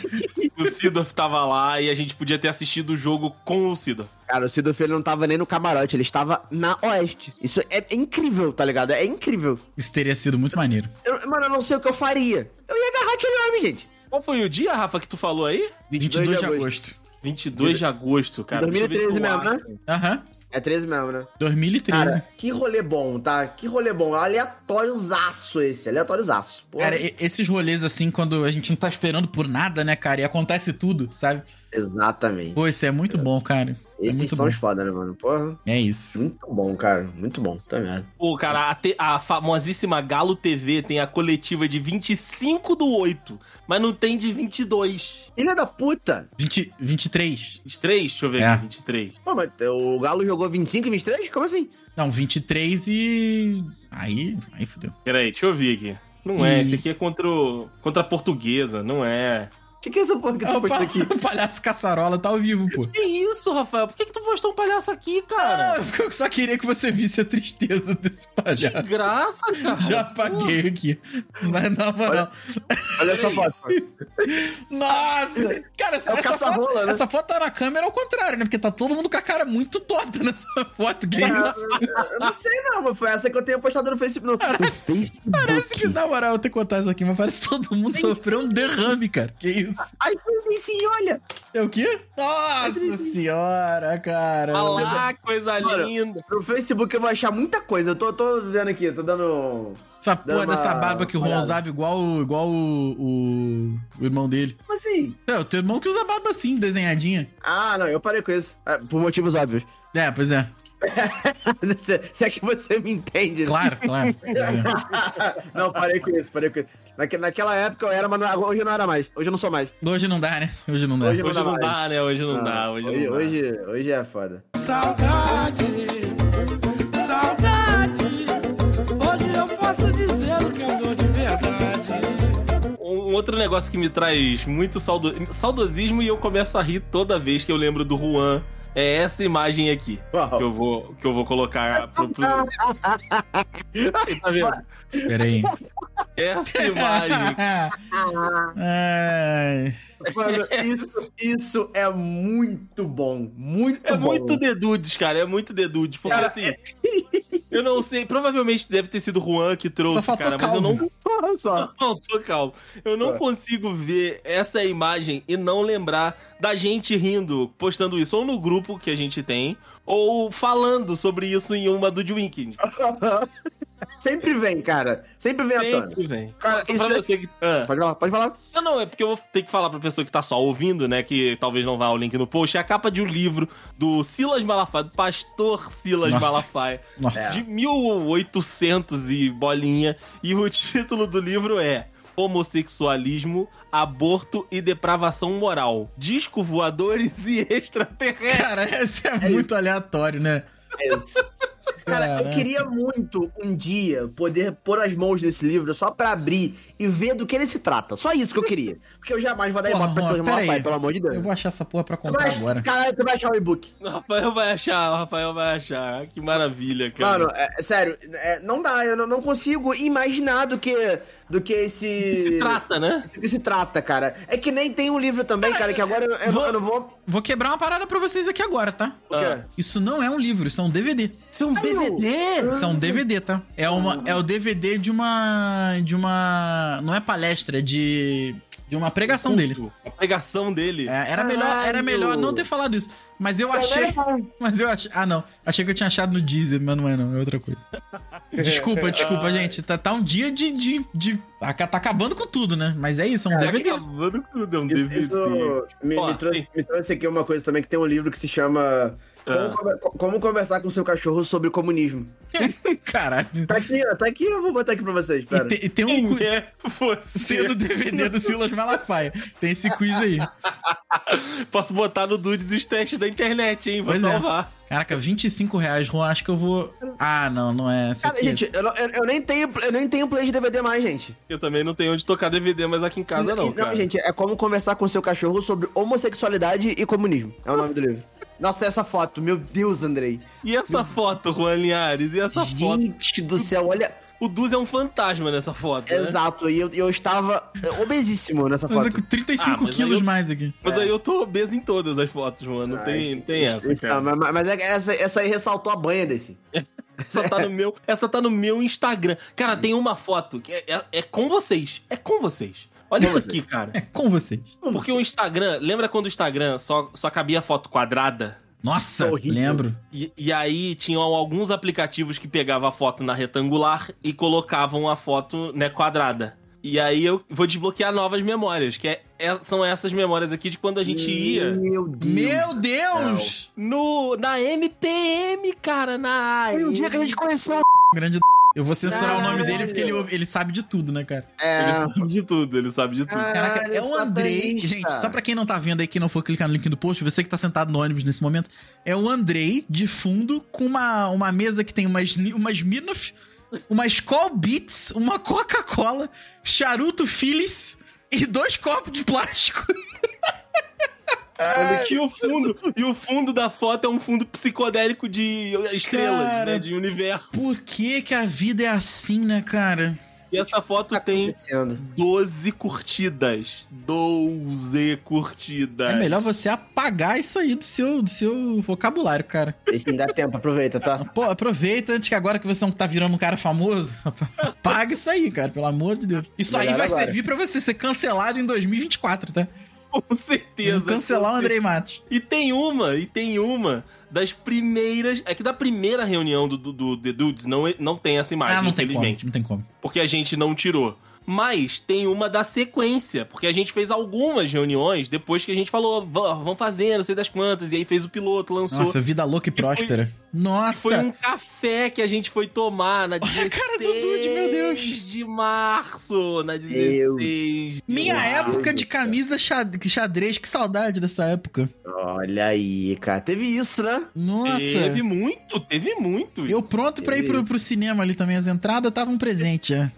o Sidorf tava lá e a gente podia ter assistido o jogo com o Sidorf.
Cara, o Sidorf ele não tava nem no camarote, ele estava na Oeste. Isso é, é incrível, tá ligado? É incrível.
Isso teria sido muito maneiro.
Eu- mano, eu não sei o que eu faria. Eu ia agarrar aquele homem, gente.
Qual foi o dia, Rafa, que tu falou aí?
22 de agosto.
22 de agosto, cara.
2013
Deixa eu ver
mesmo,
se eu
né?
acho.
Aham.
É 13 mesmo, né?
2013.
Cara,
Cara,
que rolê bom, tá? Que rolê bom. Aleatóriozaço esse, aleatóriozaço. Pô,
e- esses rolês assim, quando a gente não tá esperando por nada, né, cara? E acontece tudo, sabe?
Exatamente.
Pô, isso é muito bom, cara.
Esses
muito
são
bom.
os foda, né, mano? Porra,
É isso.
muito bom, cara. Muito bom, tá ligado?
Pô, cara, a, te- a famosíssima Galo TV tem a coletiva de 25 do 8, mas não tem de 22.
Filha da puta!
20, 23.
23? Deixa eu ver
É.
aqui, 23.
Pô, mas o Galo jogou 25 e 23? Como assim?
Não, 23 e. Aí. Aí fodeu.
Peraí, deixa eu ver aqui. Não é,
Ih.
esse aqui é contra, o- contra a portuguesa, não é.
O que, que é essa porra que
Ah,
tu
o
postou
pa-
aqui?
o palhaço caçarola tá ao vivo, pô.
Que isso, Rafael? Por que, que tu postou um palhaço aqui, cara?
Ah, porque eu só queria que você visse a tristeza desse
Que
palhaço.
graça, cara.
Ah. Já apaguei aqui. Mas na moral.
Olha essa foto.
Nossa! Cara, essa,
É o
essa
caça-rola,
foto,
né?
essa foto tá na câmera ao contrário, né? Porque tá todo mundo com a cara muito torta nessa foto. Que isso?
Eu não sei não, mas foi essa que eu tenho postado no Facebook. No Facebook?
Parece que, na moral, eu tenho que contar isso aqui, mas parece que todo mundo sofreu um derrame, cara. Que isso?
Ai, foi sim, olha.
É o quê? Nossa senhora, cara.
Olha lá, coisa
Cara,
linda.
No Facebook eu vou achar muita coisa. Eu tô, tô vendo aqui, tô dando...
Essa porra
Dá uma
dessa barba que o Ron
olhada.
usava igual, o- igual o, o, o irmão dele.
Como assim?
É, o teu irmão que usa barba assim, desenhadinha.
Ah, não, eu parei com isso. É, por motivos óbvios.
É, pois é.
se, se é que você me entende. né?
Claro, claro. Pois é.
não, parei com isso, parei com isso. Naque- naquela época eu era, mas não- hoje eu não era mais. Hoje eu não sou mais.
Hoje não dá, né? Hoje não dá.
Hoje
Hoje
dá
não
mais.
dá, né? Hoje não dá, hoje
hoje,
não dá.
hoje, hoje é foda.
Saudade, saudade. Hoje eu posso dizer que eu dou de verdade.
Um outro negócio que me traz muito saudo... saudosismo e eu começo a rir toda vez que eu lembro do Juan é essa imagem aqui
Uau.
que eu vou, que eu vou colocar pro. pro... Aí, tá vendo?
é
Pera aí.
Essa
Tá
imagem.
Ai.
Mano, isso, isso é muito bom. Muito
É
bom.
muito dedudes, cara. É muito dedudes. Porque
Cara,
assim. Eu não sei. Provavelmente deve ter sido o Juan que
Só
trouxe,
faltou
cara. Mas eu
calvo.
não.
Olha só.
Não, tô calmo. Eu
Tá.
não consigo ver essa imagem e não lembrar da gente rindo, postando isso, ou no grupo que a gente tem, ou falando sobre isso em uma do The Weeknd.
Sempre vem, cara. Sempre vem à tona.
Sempre, vem.
Cara,
Só
isso
pra
é-
você que. Ah.
Pode falar, pode falar.
Não, não, é porque eu vou ter que falar pra pessoa que tá só ouvindo, né? Que talvez não vá ao link no post. É a capa de um livro do Silas Malafaia, do pastor Silas
Nossa.
Malafaia,
Nossa.
de 1800 e bolinha. E o título do livro é Homossexualismo, Aborto e Depravação Moral. Disco voadores e extraterrestres.
Cara, esse é muito aleatório, né?
Cara, eu
Caraca.
queria muito um dia poder pôr as mãos nesse livro só pra abrir e ver do que ele se trata. Só isso que eu queria. Porque eu jamais vou dar
Porra,
ibope pra pessoas
Juan,
de
pera aí.
Malafaia, pelo amor de
Eu
Deus.
vou achar essa porra pra
Tu
contar
vai,
agora.
caralho, tu vai achar o e-book.
O Rafael vai achar, o Rafael vai achar. Que maravilha, cara.
Mano, é, é sério, é, não dá, eu não, não consigo imaginar do que, do que esse.
se trata, né?
do que se trata, cara. É que nem tem um livro também, cara, que agora eu, eu
vou-
não- eu não vou.
Vou quebrar uma parada pra vocês aqui agora, tá?
O quê?
Isso não é um livro, isso é um DVD.
Isso é um DVD?
Isso é um DVD, tá? É, uma, é o DVD de uma. de uma. Não é palestra, é de. de uma pregação dele.
A pregação dele.
É, era, melhor, era
Caralho.
melhor não ter falado isso. Mas eu achei. Mas eu achei. Ah, não. Achei que eu tinha achado no Deezer, mas não é, não. É outra coisa. Desculpa, desculpa, gente. Tá, tá um dia de. de, de- Tá, tá acabando com tudo, né? Mas é isso, é um
Tá
DVD.
acabando com tudo, é um
Isso,
DVD.
isso me,
Ó,
me trouxe,
tem.
me trouxe aqui uma coisa também, que tem um livro que se chama.
Ah.
Como, Conver- Como conversar com seu cachorro sobre comunismo.
Caralho.
Tá aqui, ó, tá aqui, eu vou botar aqui pra vocês,
E
pera.
tem, e tem um.
Quem é você?
Sendo DVD do Silas Malafaia. Tem esse quiz aí.
Posso botar no Dudes os testes da internet, hein? Vou
Pois é.
salvar.
Caraca, 25 reais, Juan. Acho que eu vou. Ah, não, não é essa
Cara,
aqui.
gente, eu, não- eu- eu nem tenho, eu nem tenho play de DVD mais, gente.
Eu também não tenho onde tocar DVD, mas aqui em casa não,
E-
cara.
gente, é como conversar com seu cachorro sobre homossexualidade e comunismo. É o nome do livro. Nossa, essa foto, meu Deus, Andrei.
E essa foto, Juan Linhares? E essa foto?
Gente do céu, olha.
O Duz é um fantasma nessa foto, né?
Exato, e eu, eu estava é, obesíssimo nessa
Mas é
foto.
com 35
Ah, mas aí
quilos
eu-
mais aqui.
Mas aí eu tô obeso em todas as fotos, mano. Não tem, não tem essa,
Então,
cara.
mas mas é que essa, essa aí ressaltou a banha desse.
Essa tá, no meu, essa tá no meu Instagram. Cara, tem uma foto que é, é- é com vocês. É com vocês. Olha isso aqui, cara.
É com vocês.
Porque o Instagram... Lembra quando o Instagram só, só cabia foto quadrada?
Nossa,
Tá horrível.
lembro.
E, e aí tinham alguns aplicativos que pegavam a foto na retangular e colocavam a foto né, quadrada. E aí eu vou desbloquear novas memórias, que é- é- são essas memórias aqui de quando a gente ia
Meu Deus.
Meu Deus!
no, na MTM, cara, na
Foi um dia que a gente conheceu.
Grande. Eu vou censurar o nome dele porque ele, ouve- ele sabe de tudo, né, cara?
É.
Ele sabe de tudo, ele sabe de tudo.
Caraca, é o Andrei.
satanista.
Gente, só pra quem não tá vendo aí, quem não for clicar no link do post, você que tá sentado no ônibus nesse momento, é o Andrei de fundo com uma, uma mesa que tem umas, ni- umas Minoff, umas Skull Beats, uma Coca-Cola, charuto Phillies e dois copos de plástico.
tá
Olha aqui o fundo. E o fundo da foto é um fundo psicodélico de estrelas,
Cara.
né? De universo.
Por que que a vida é assim, né, cara?
E essa foto tem
Acontecendo.
12 curtidas. 12 curtidas.
É melhor você apagar isso aí do seu, do seu vocabulário, cara.
Esse ainda dá tempo, aproveita, tá?
Pô, aproveita antes que agora que você não tá virando um cara famoso, paga isso aí, cara, pelo amor de Deus. Isso aí
Melhor
vai
agora.
servir pra você ser cancelado em 2024, tá?
Com certeza.
Vamos cancelar o
com
Andrei Matos.
E tem uma, e tem uma das primeiras. É que da primeira reunião do, do, do The Dudes não, não tem essa imagem,
ah, não tem como,
infelizmente.
não tem como.
Porque a gente não tirou. Mas tem uma da sequência, porque a gente fez algumas reuniões depois que a gente falou, "Va- vamos fazer, não sei das quantas, e aí fez o piloto, lançou.
Nossa, vida louca e
foi-
próspera.
E
Nossa,
foi um café que a gente foi tomar na
Olha a
16
cara do Dude, meu Deus.
de março. Na 16
Meu
de
minha
março.
época de camisa xad- xadrez, que saudade dessa época.
Olha aí, cara. Teve isso, né?
Nossa,
Teve muito, teve muito.
eu
isso.
pronto pra ir pro, pro cinema ali também, as entradas estavam um presente, já.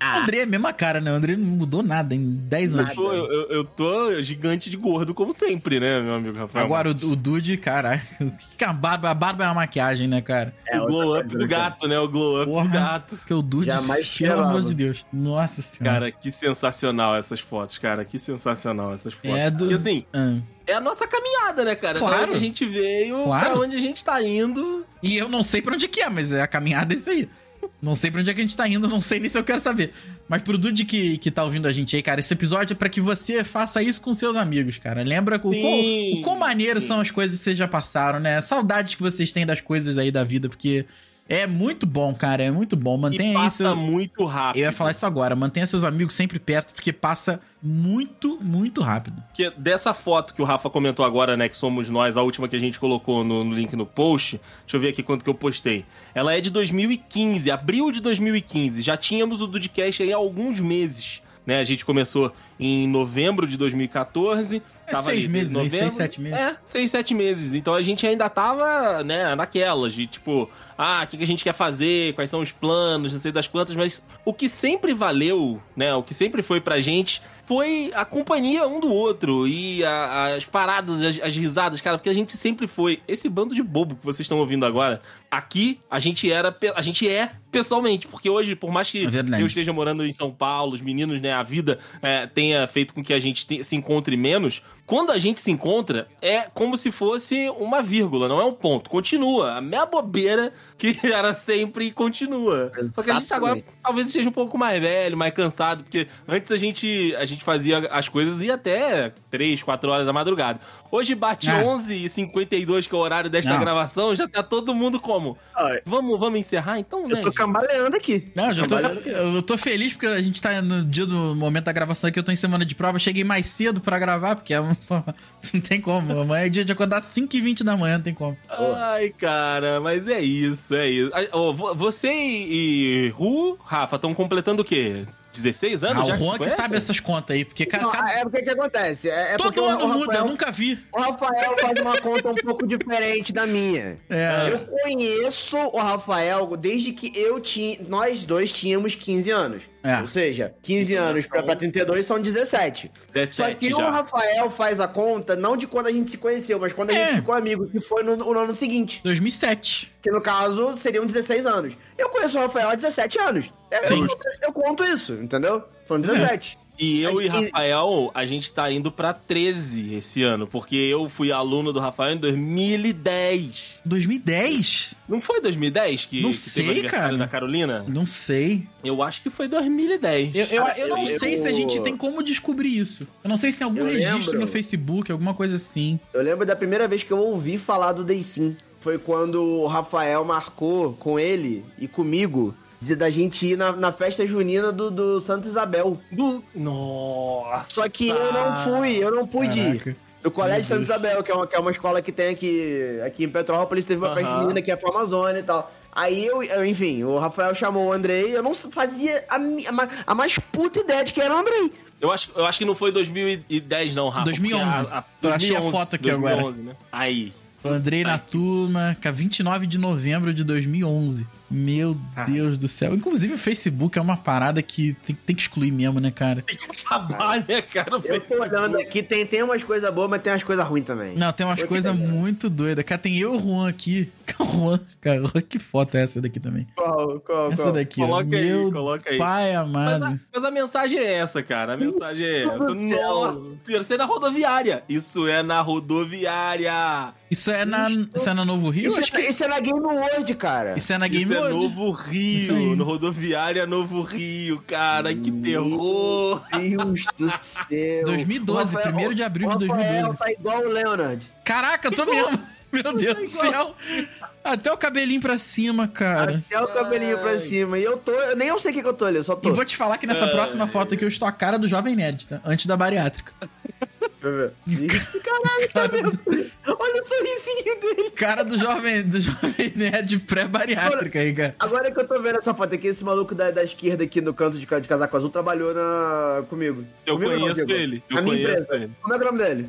André, é a mesma cara, né? O André não mudou nada em 10 anos.
Eu tô, eu, eu- eu tô gigante de gordo, como sempre, né, meu amigo Rafael?
Agora, o, o Dude, caraca, que a barba, a barba é uma maquiagem, né, cara?
É,
o
outra
glow up
coisa,
do
né, cara?
gato, né? O glow up
Porra.
do gato.
Porque o Dude,
Jamais
pelo
cheirava.
amor de Deus. Nossa senhora.
Cara, que sensacional essas fotos, cara. Que sensacional essas fotos.
É do-
E assim,
Ah,
é a nossa caminhada, né, cara?
Claro.
Pra onde a gente veio,
Claro.
pra onde a gente tá indo.
E eu não sei pra onde que é, mas é a caminhada é isso aí. Não sei pra onde é que a gente tá indo, não sei nem se eu quero saber. Mas pro Dude que, que tá ouvindo a gente aí, cara, esse episódio é pra que você faça isso com seus amigos, cara. Lembra o, quão, o quão maneiro
sim.
são as coisas que vocês já passaram, né? Saudades que vocês têm das coisas aí da vida, porque é muito bom, cara. É muito bom. Mantenha
E passa
isso.
muito rápido.
Eu ia falar isso agora. Mantenha seus amigos sempre perto, porque passa muito, muito rápido.
Porque dessa foto que o Rafa comentou agora, né? Que somos nós, a última que a gente colocou no, no link no post. Deixa eu ver aqui quanto que eu postei. Ela é de 2015, abril de 2015. Já tínhamos o Dudcast aí há alguns meses. Né? A gente começou em novembro de 2014.
É seis meses, aí, seis, sete meses.
É, seis, sete meses. Então a gente ainda tava, né, naquelas de tipo, ah, o que, que a gente quer fazer, quais são os planos, não sei das quantas, mas o que sempre valeu, né, o que sempre foi pra gente foi a companhia um do outro e a- as paradas, as, as risadas, cara, porque a gente sempre foi esse bando de bobo que vocês estão ouvindo agora. Aqui a gente era, pe- a gente é pessoalmente, porque hoje, por mais que
É verdade.
eu esteja morando em São Paulo, os meninos, né, a vida é, tenha feito com que a gente te- se encontre menos. Quando a gente se encontra, é como se fosse uma vírgula, não é um ponto. Continua. A minha bobeira que era sempre e continua. Só que a gente agora talvez esteja um pouco mais velho, mais cansado, porque antes a gente, a gente fazia as coisas e ia até 3, 4 horas da madrugada. Hoje bate
Ah.
11h52, que é o horário desta
Não.
gravação, já tá todo mundo como?
Ah,
Vamos, vamos encerrar então, né?
Eu tô
gente?
cambaleando aqui.
Não, eu já tô, eu tô feliz porque a gente tá no dia do momento da gravação aqui, eu tô em semana de prova, cheguei mais cedo pra gravar, porque é um- não tem como. Amanhã é dia de acordar às 5h20 da manhã, não tem como.
Ai, cara, mas é isso, é isso. Ah, ó, vo- você e e Ru, Rafa, estão completando o quê? 16 anos?
Ah,
já
o
se
Juan que
conhecem?
sabe essas contas aí, porque ca-
Não,
cada-
é porque que acontece. É, é porque
todo
o- o
ano muda,
Rafael-
eu nunca vi.
O Rafael faz uma conta um pouco diferente da minha.
É.
Eu conheço o Rafael desde que eu tinha. Nós dois tínhamos 15 anos.
É.
Ou seja, 15 anos pra, pra 32 são 17. Só
17
que o
já.
Rafael faz a conta não de quando a gente se conheceu, mas quando a
É.
gente ficou amigo, que foi no, no ano seguinte.
2007.
Que no caso seriam 16 anos. Eu conheço o Rafael há 17 anos. Eu,
Sim. É.
eu, eu conto isso, entendeu? São 17.
E eu
Mas
e
que-
Rafael, a gente tá indo pra 13 esse ano, porque eu fui aluno do Rafael em 2010.
2010?
Não foi 2010 que,
Não
que
sei,
o aniversário
cara.
da Carolina?
Não sei.
Eu acho que foi 2010.
Eu, eu, eu não
eu-
sei se a gente tem como descobrir isso. Eu não sei se tem algum
Eu
registro
lembro.
no Facebook, alguma coisa assim.
Eu lembro da primeira vez que eu ouvi falar do Day Sim. Foi quando o Rafael marcou com ele e comigo de- da gente ir na, na festa junina do, do Santa Isabel.
Do... Nossa!
Só que eu
Ah,
não fui, eu não pude
Caraca.
ir. Do Colégio
Meu
Santa
Deus.
Isabel, que é, uma, que é uma escola que tem aqui, aqui em Petrópolis, teve uma festa
Aham.
junina que é a Amazônia e tal. Aí eu, eu, enfim, o Rafael chamou o Andrei, eu não fazia a, mi- a, ma- a mais puta ideia de que era o Andrei.
Eu acho, eu acho que não foi 2010, não, Rafa.
2011.
porque
Eu achei a foto aqui agora.
né? Aí.
Eu Andrei na turma, cara, 29 de novembro de 2011. Meu
Ah.
Deus do céu. Inclusive, o Facebook é uma parada que tem, tem que excluir mesmo, né, cara?
Tem que acabar, né, cara? o
Eu tô
Facebook.
olhando aqui, tem, tem umas coisas boas, mas tem umas coisas ruins também.
Não, tem umas
Eu que
coisas
também.
muito doidas. Cara, tem eu e o Juan aqui. O Juan, cara, o Juan, que foto é essa daqui também?
Qual, qual,
Essa daqui, ó.
Coloca aí,
Meu
coloca aí.
pai
Mas
amado.
a, mas a mensagem é essa, cara. A mensagem é essa.
Deus do céu.
Nossa, isso é na rodoviária. Isso é na rodoviária.
Isso é na, isso é na Novo Rio?
Isso,
Acho
é,
que-
isso é na Game World, cara.
Isso é na Game
isso é
World.
Novo
Isso aí.
Rio. No rodoviária Novo Rio, cara. Que é terror.
Meu Deus do céu.
2012, 1º de abril de
o Rafael
2012.
tá igual o Leonard.
Caraca, eu tô mesmo. Meu Deus do céu. Até o cabelinho pra cima, cara.
Até o cabelinho pra cima. E eu tô... Eu nem eu sei o que, que eu tô ali, eu só
E
tô.
vou te falar que nessa próxima foto aqui eu estou a cara do jovem nerd, tá? Antes da bariátrica.
Caralho, tá mesmo. Olha o sorrisinho dele.
Cara do jovem, do jovem nerd pré-bariátrica aí, cara.
Agora é que eu tô vendo essa foto aqui, esse maluco da, da esquerda aqui no canto de, ca- de casaco azul trabalhou na... comigo.
Eu
Comigo não,
conheço
Diego.
ele.
Na
Eu
minha
conheço
empresa.
ele.
Como é que é o nome dele?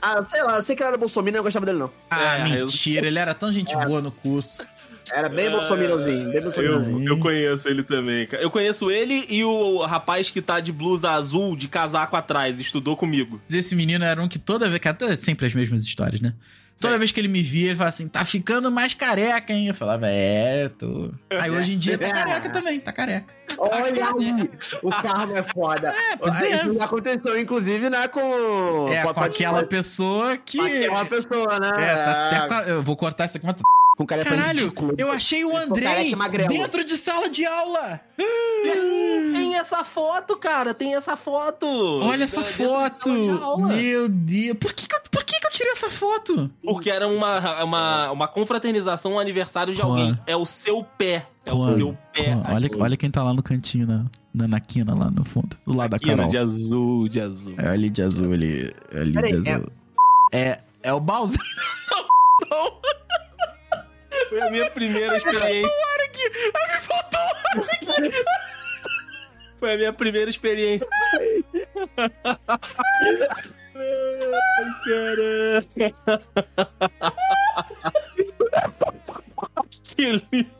Ah, sei lá, eu sei que ele era bolsominion, eu não gostava dele não.
Ah,
É,
mentira, ele era tão gente boa no curso.
Era bem bolsominiãozinho, bem bolsominiãozinho.
É, Eu, eu conheço ele também, cara. Eu conheço ele e o rapaz que tá de blusa azul, de casaco atrás, estudou comigo.
Esse menino era um que toda vez. Cara, sempre as mesmas histórias, né? Toda vez que ele me via, ele falava assim: tá ficando mais careca, hein? Eu falava, é, tô. Aí hoje em dia tá careca também, tá careca.
Olha aí, o carro é foda.
pois é.
Isso já aconteceu, inclusive, né, com...
É,
a
com aquela pessoa
pessoa.
que.
Com aquela pessoa, né?
É, tá até com a- Eu vou cortar isso aqui, mas.
Com cara
Caralho, eu achei o Andrei
careca e magrelo.
dentro de sala de aula.
Tem essa foto, cara. Tem essa foto. Então, é
Olha essa
Dentro da
foto.
sala de aula.
Meu Deus. Por que que eu, por que que eu tirei essa foto?
Porque era uma, uma, uma confraternização, um aniversário de
Juan.
alguém. É o seu pé. É o
Juan,
seu pé.
Ó, olha, olha quem tá lá no cantinho, na, na, na quina, lá no fundo. Do lado da
Quina
Carol.
de azul, de azul.
É ali de azul, ali, ali
Peraí,
de azul. É, é o Bowser.
Foi a minha primeira experiência. Foi a minha primeira experiência. Ai, Caramba. Que lindo.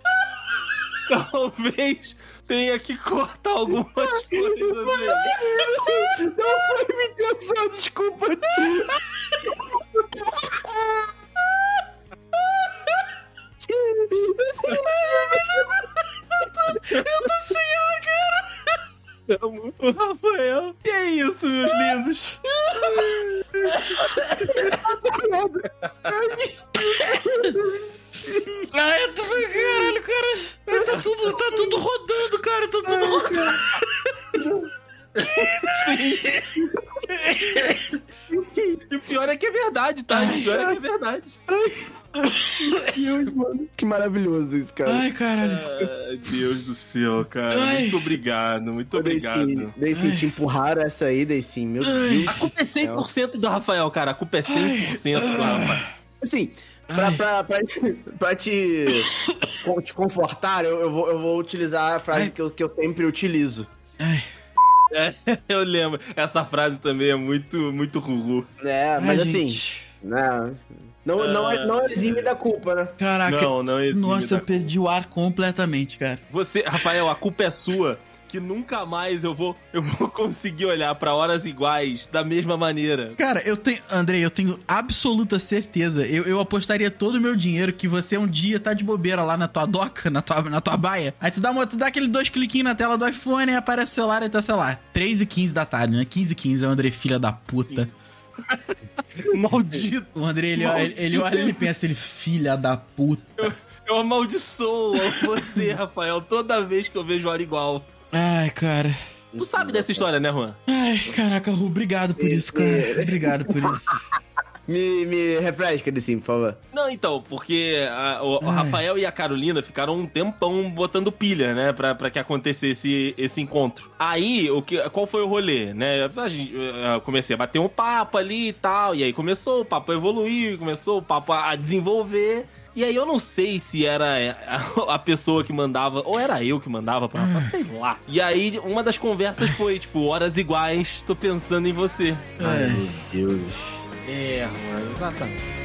Talvez tenha que cortar algumas coisas. aí.
Não foi minha intenção, desculpa.
Amo o Rafael. E é isso, meus lindos.
Ah, eu tô... Caralho, cara. Tá tudo, tá tudo rodando, cara. Tá tudo rodando.
E o pior é que é verdade, tá? O pior é que é verdade.
Que maravilhoso isso, cara.
Ai, caralho.
Ai, Deus do céu, cara.
Ai.
Muito obrigado, muito
Ô, Deicin,
obrigado.
Deicin, te empurraram essa aí, Deicin, meu
A
Deus.
culpa é 100% do Rafael, cara. A culpa é 100% do Rafael.
Assim, pra, pra, pra, pra te, con- te confortar, eu, eu vou, eu vou utilizar a frase que eu, que eu sempre utilizo.
É, eu lembro. Essa frase também é muito, muito ruru.
É, mas
Ai,
assim,
gente.
né, não, não, é- não exime da culpa, né?
Caraca.
Não, não existe. né?
Nossa, eu perdi o ar completamente, cara.
Você, Rafael, a culpa é sua. Que nunca mais eu vou, eu vou conseguir olhar pra horas iguais da mesma maneira.
Cara, eu tenho. Andrei, eu tenho absoluta certeza. Eu, eu apostaria todo o meu dinheiro que você um dia tá de bobeira lá na tua doca, na tua, na tua baia. Aí tu dá, uma, tu dá aquele dois cliquinhos na tela do iPhone, aí aparece o celular e tá, sei lá, 3 e 15 da tarde, né? 15 e 15 é o Andrei, filha da puta.
Maldito!
O Andrei, ele, olha- ele, ele olha e ele pensa, ele, filha da puta.
Eu amaldiçoo você, Rafael, toda vez que eu vejo hora igual.
Ai, cara.
Tu sabe dessa história, né, Juan?
Ai, caraca, Ru, obrigado por isso, cara. Obrigado por isso.
Me, me refresca de sim, por favor.
Não, então, porque a- o, o Rafael e a Carolina ficaram um tempão botando pilha, né? Pra, pra que acontecesse esse encontro. Aí, o que, qual foi o rolê, né? A gente, eh, eu comecei a bater um papo ali e tal, e aí começou o papo a evoluir, começou o papo a a desenvolver. E aí eu não sei se era eh, a, a pessoa que mandava, ou era eu que mandava pra Rafa, sei lá. E aí uma das conversas foi, tipo, horas
É.
iguais, tô pensando em você.
Meu Deus.
É, mano, exatamente.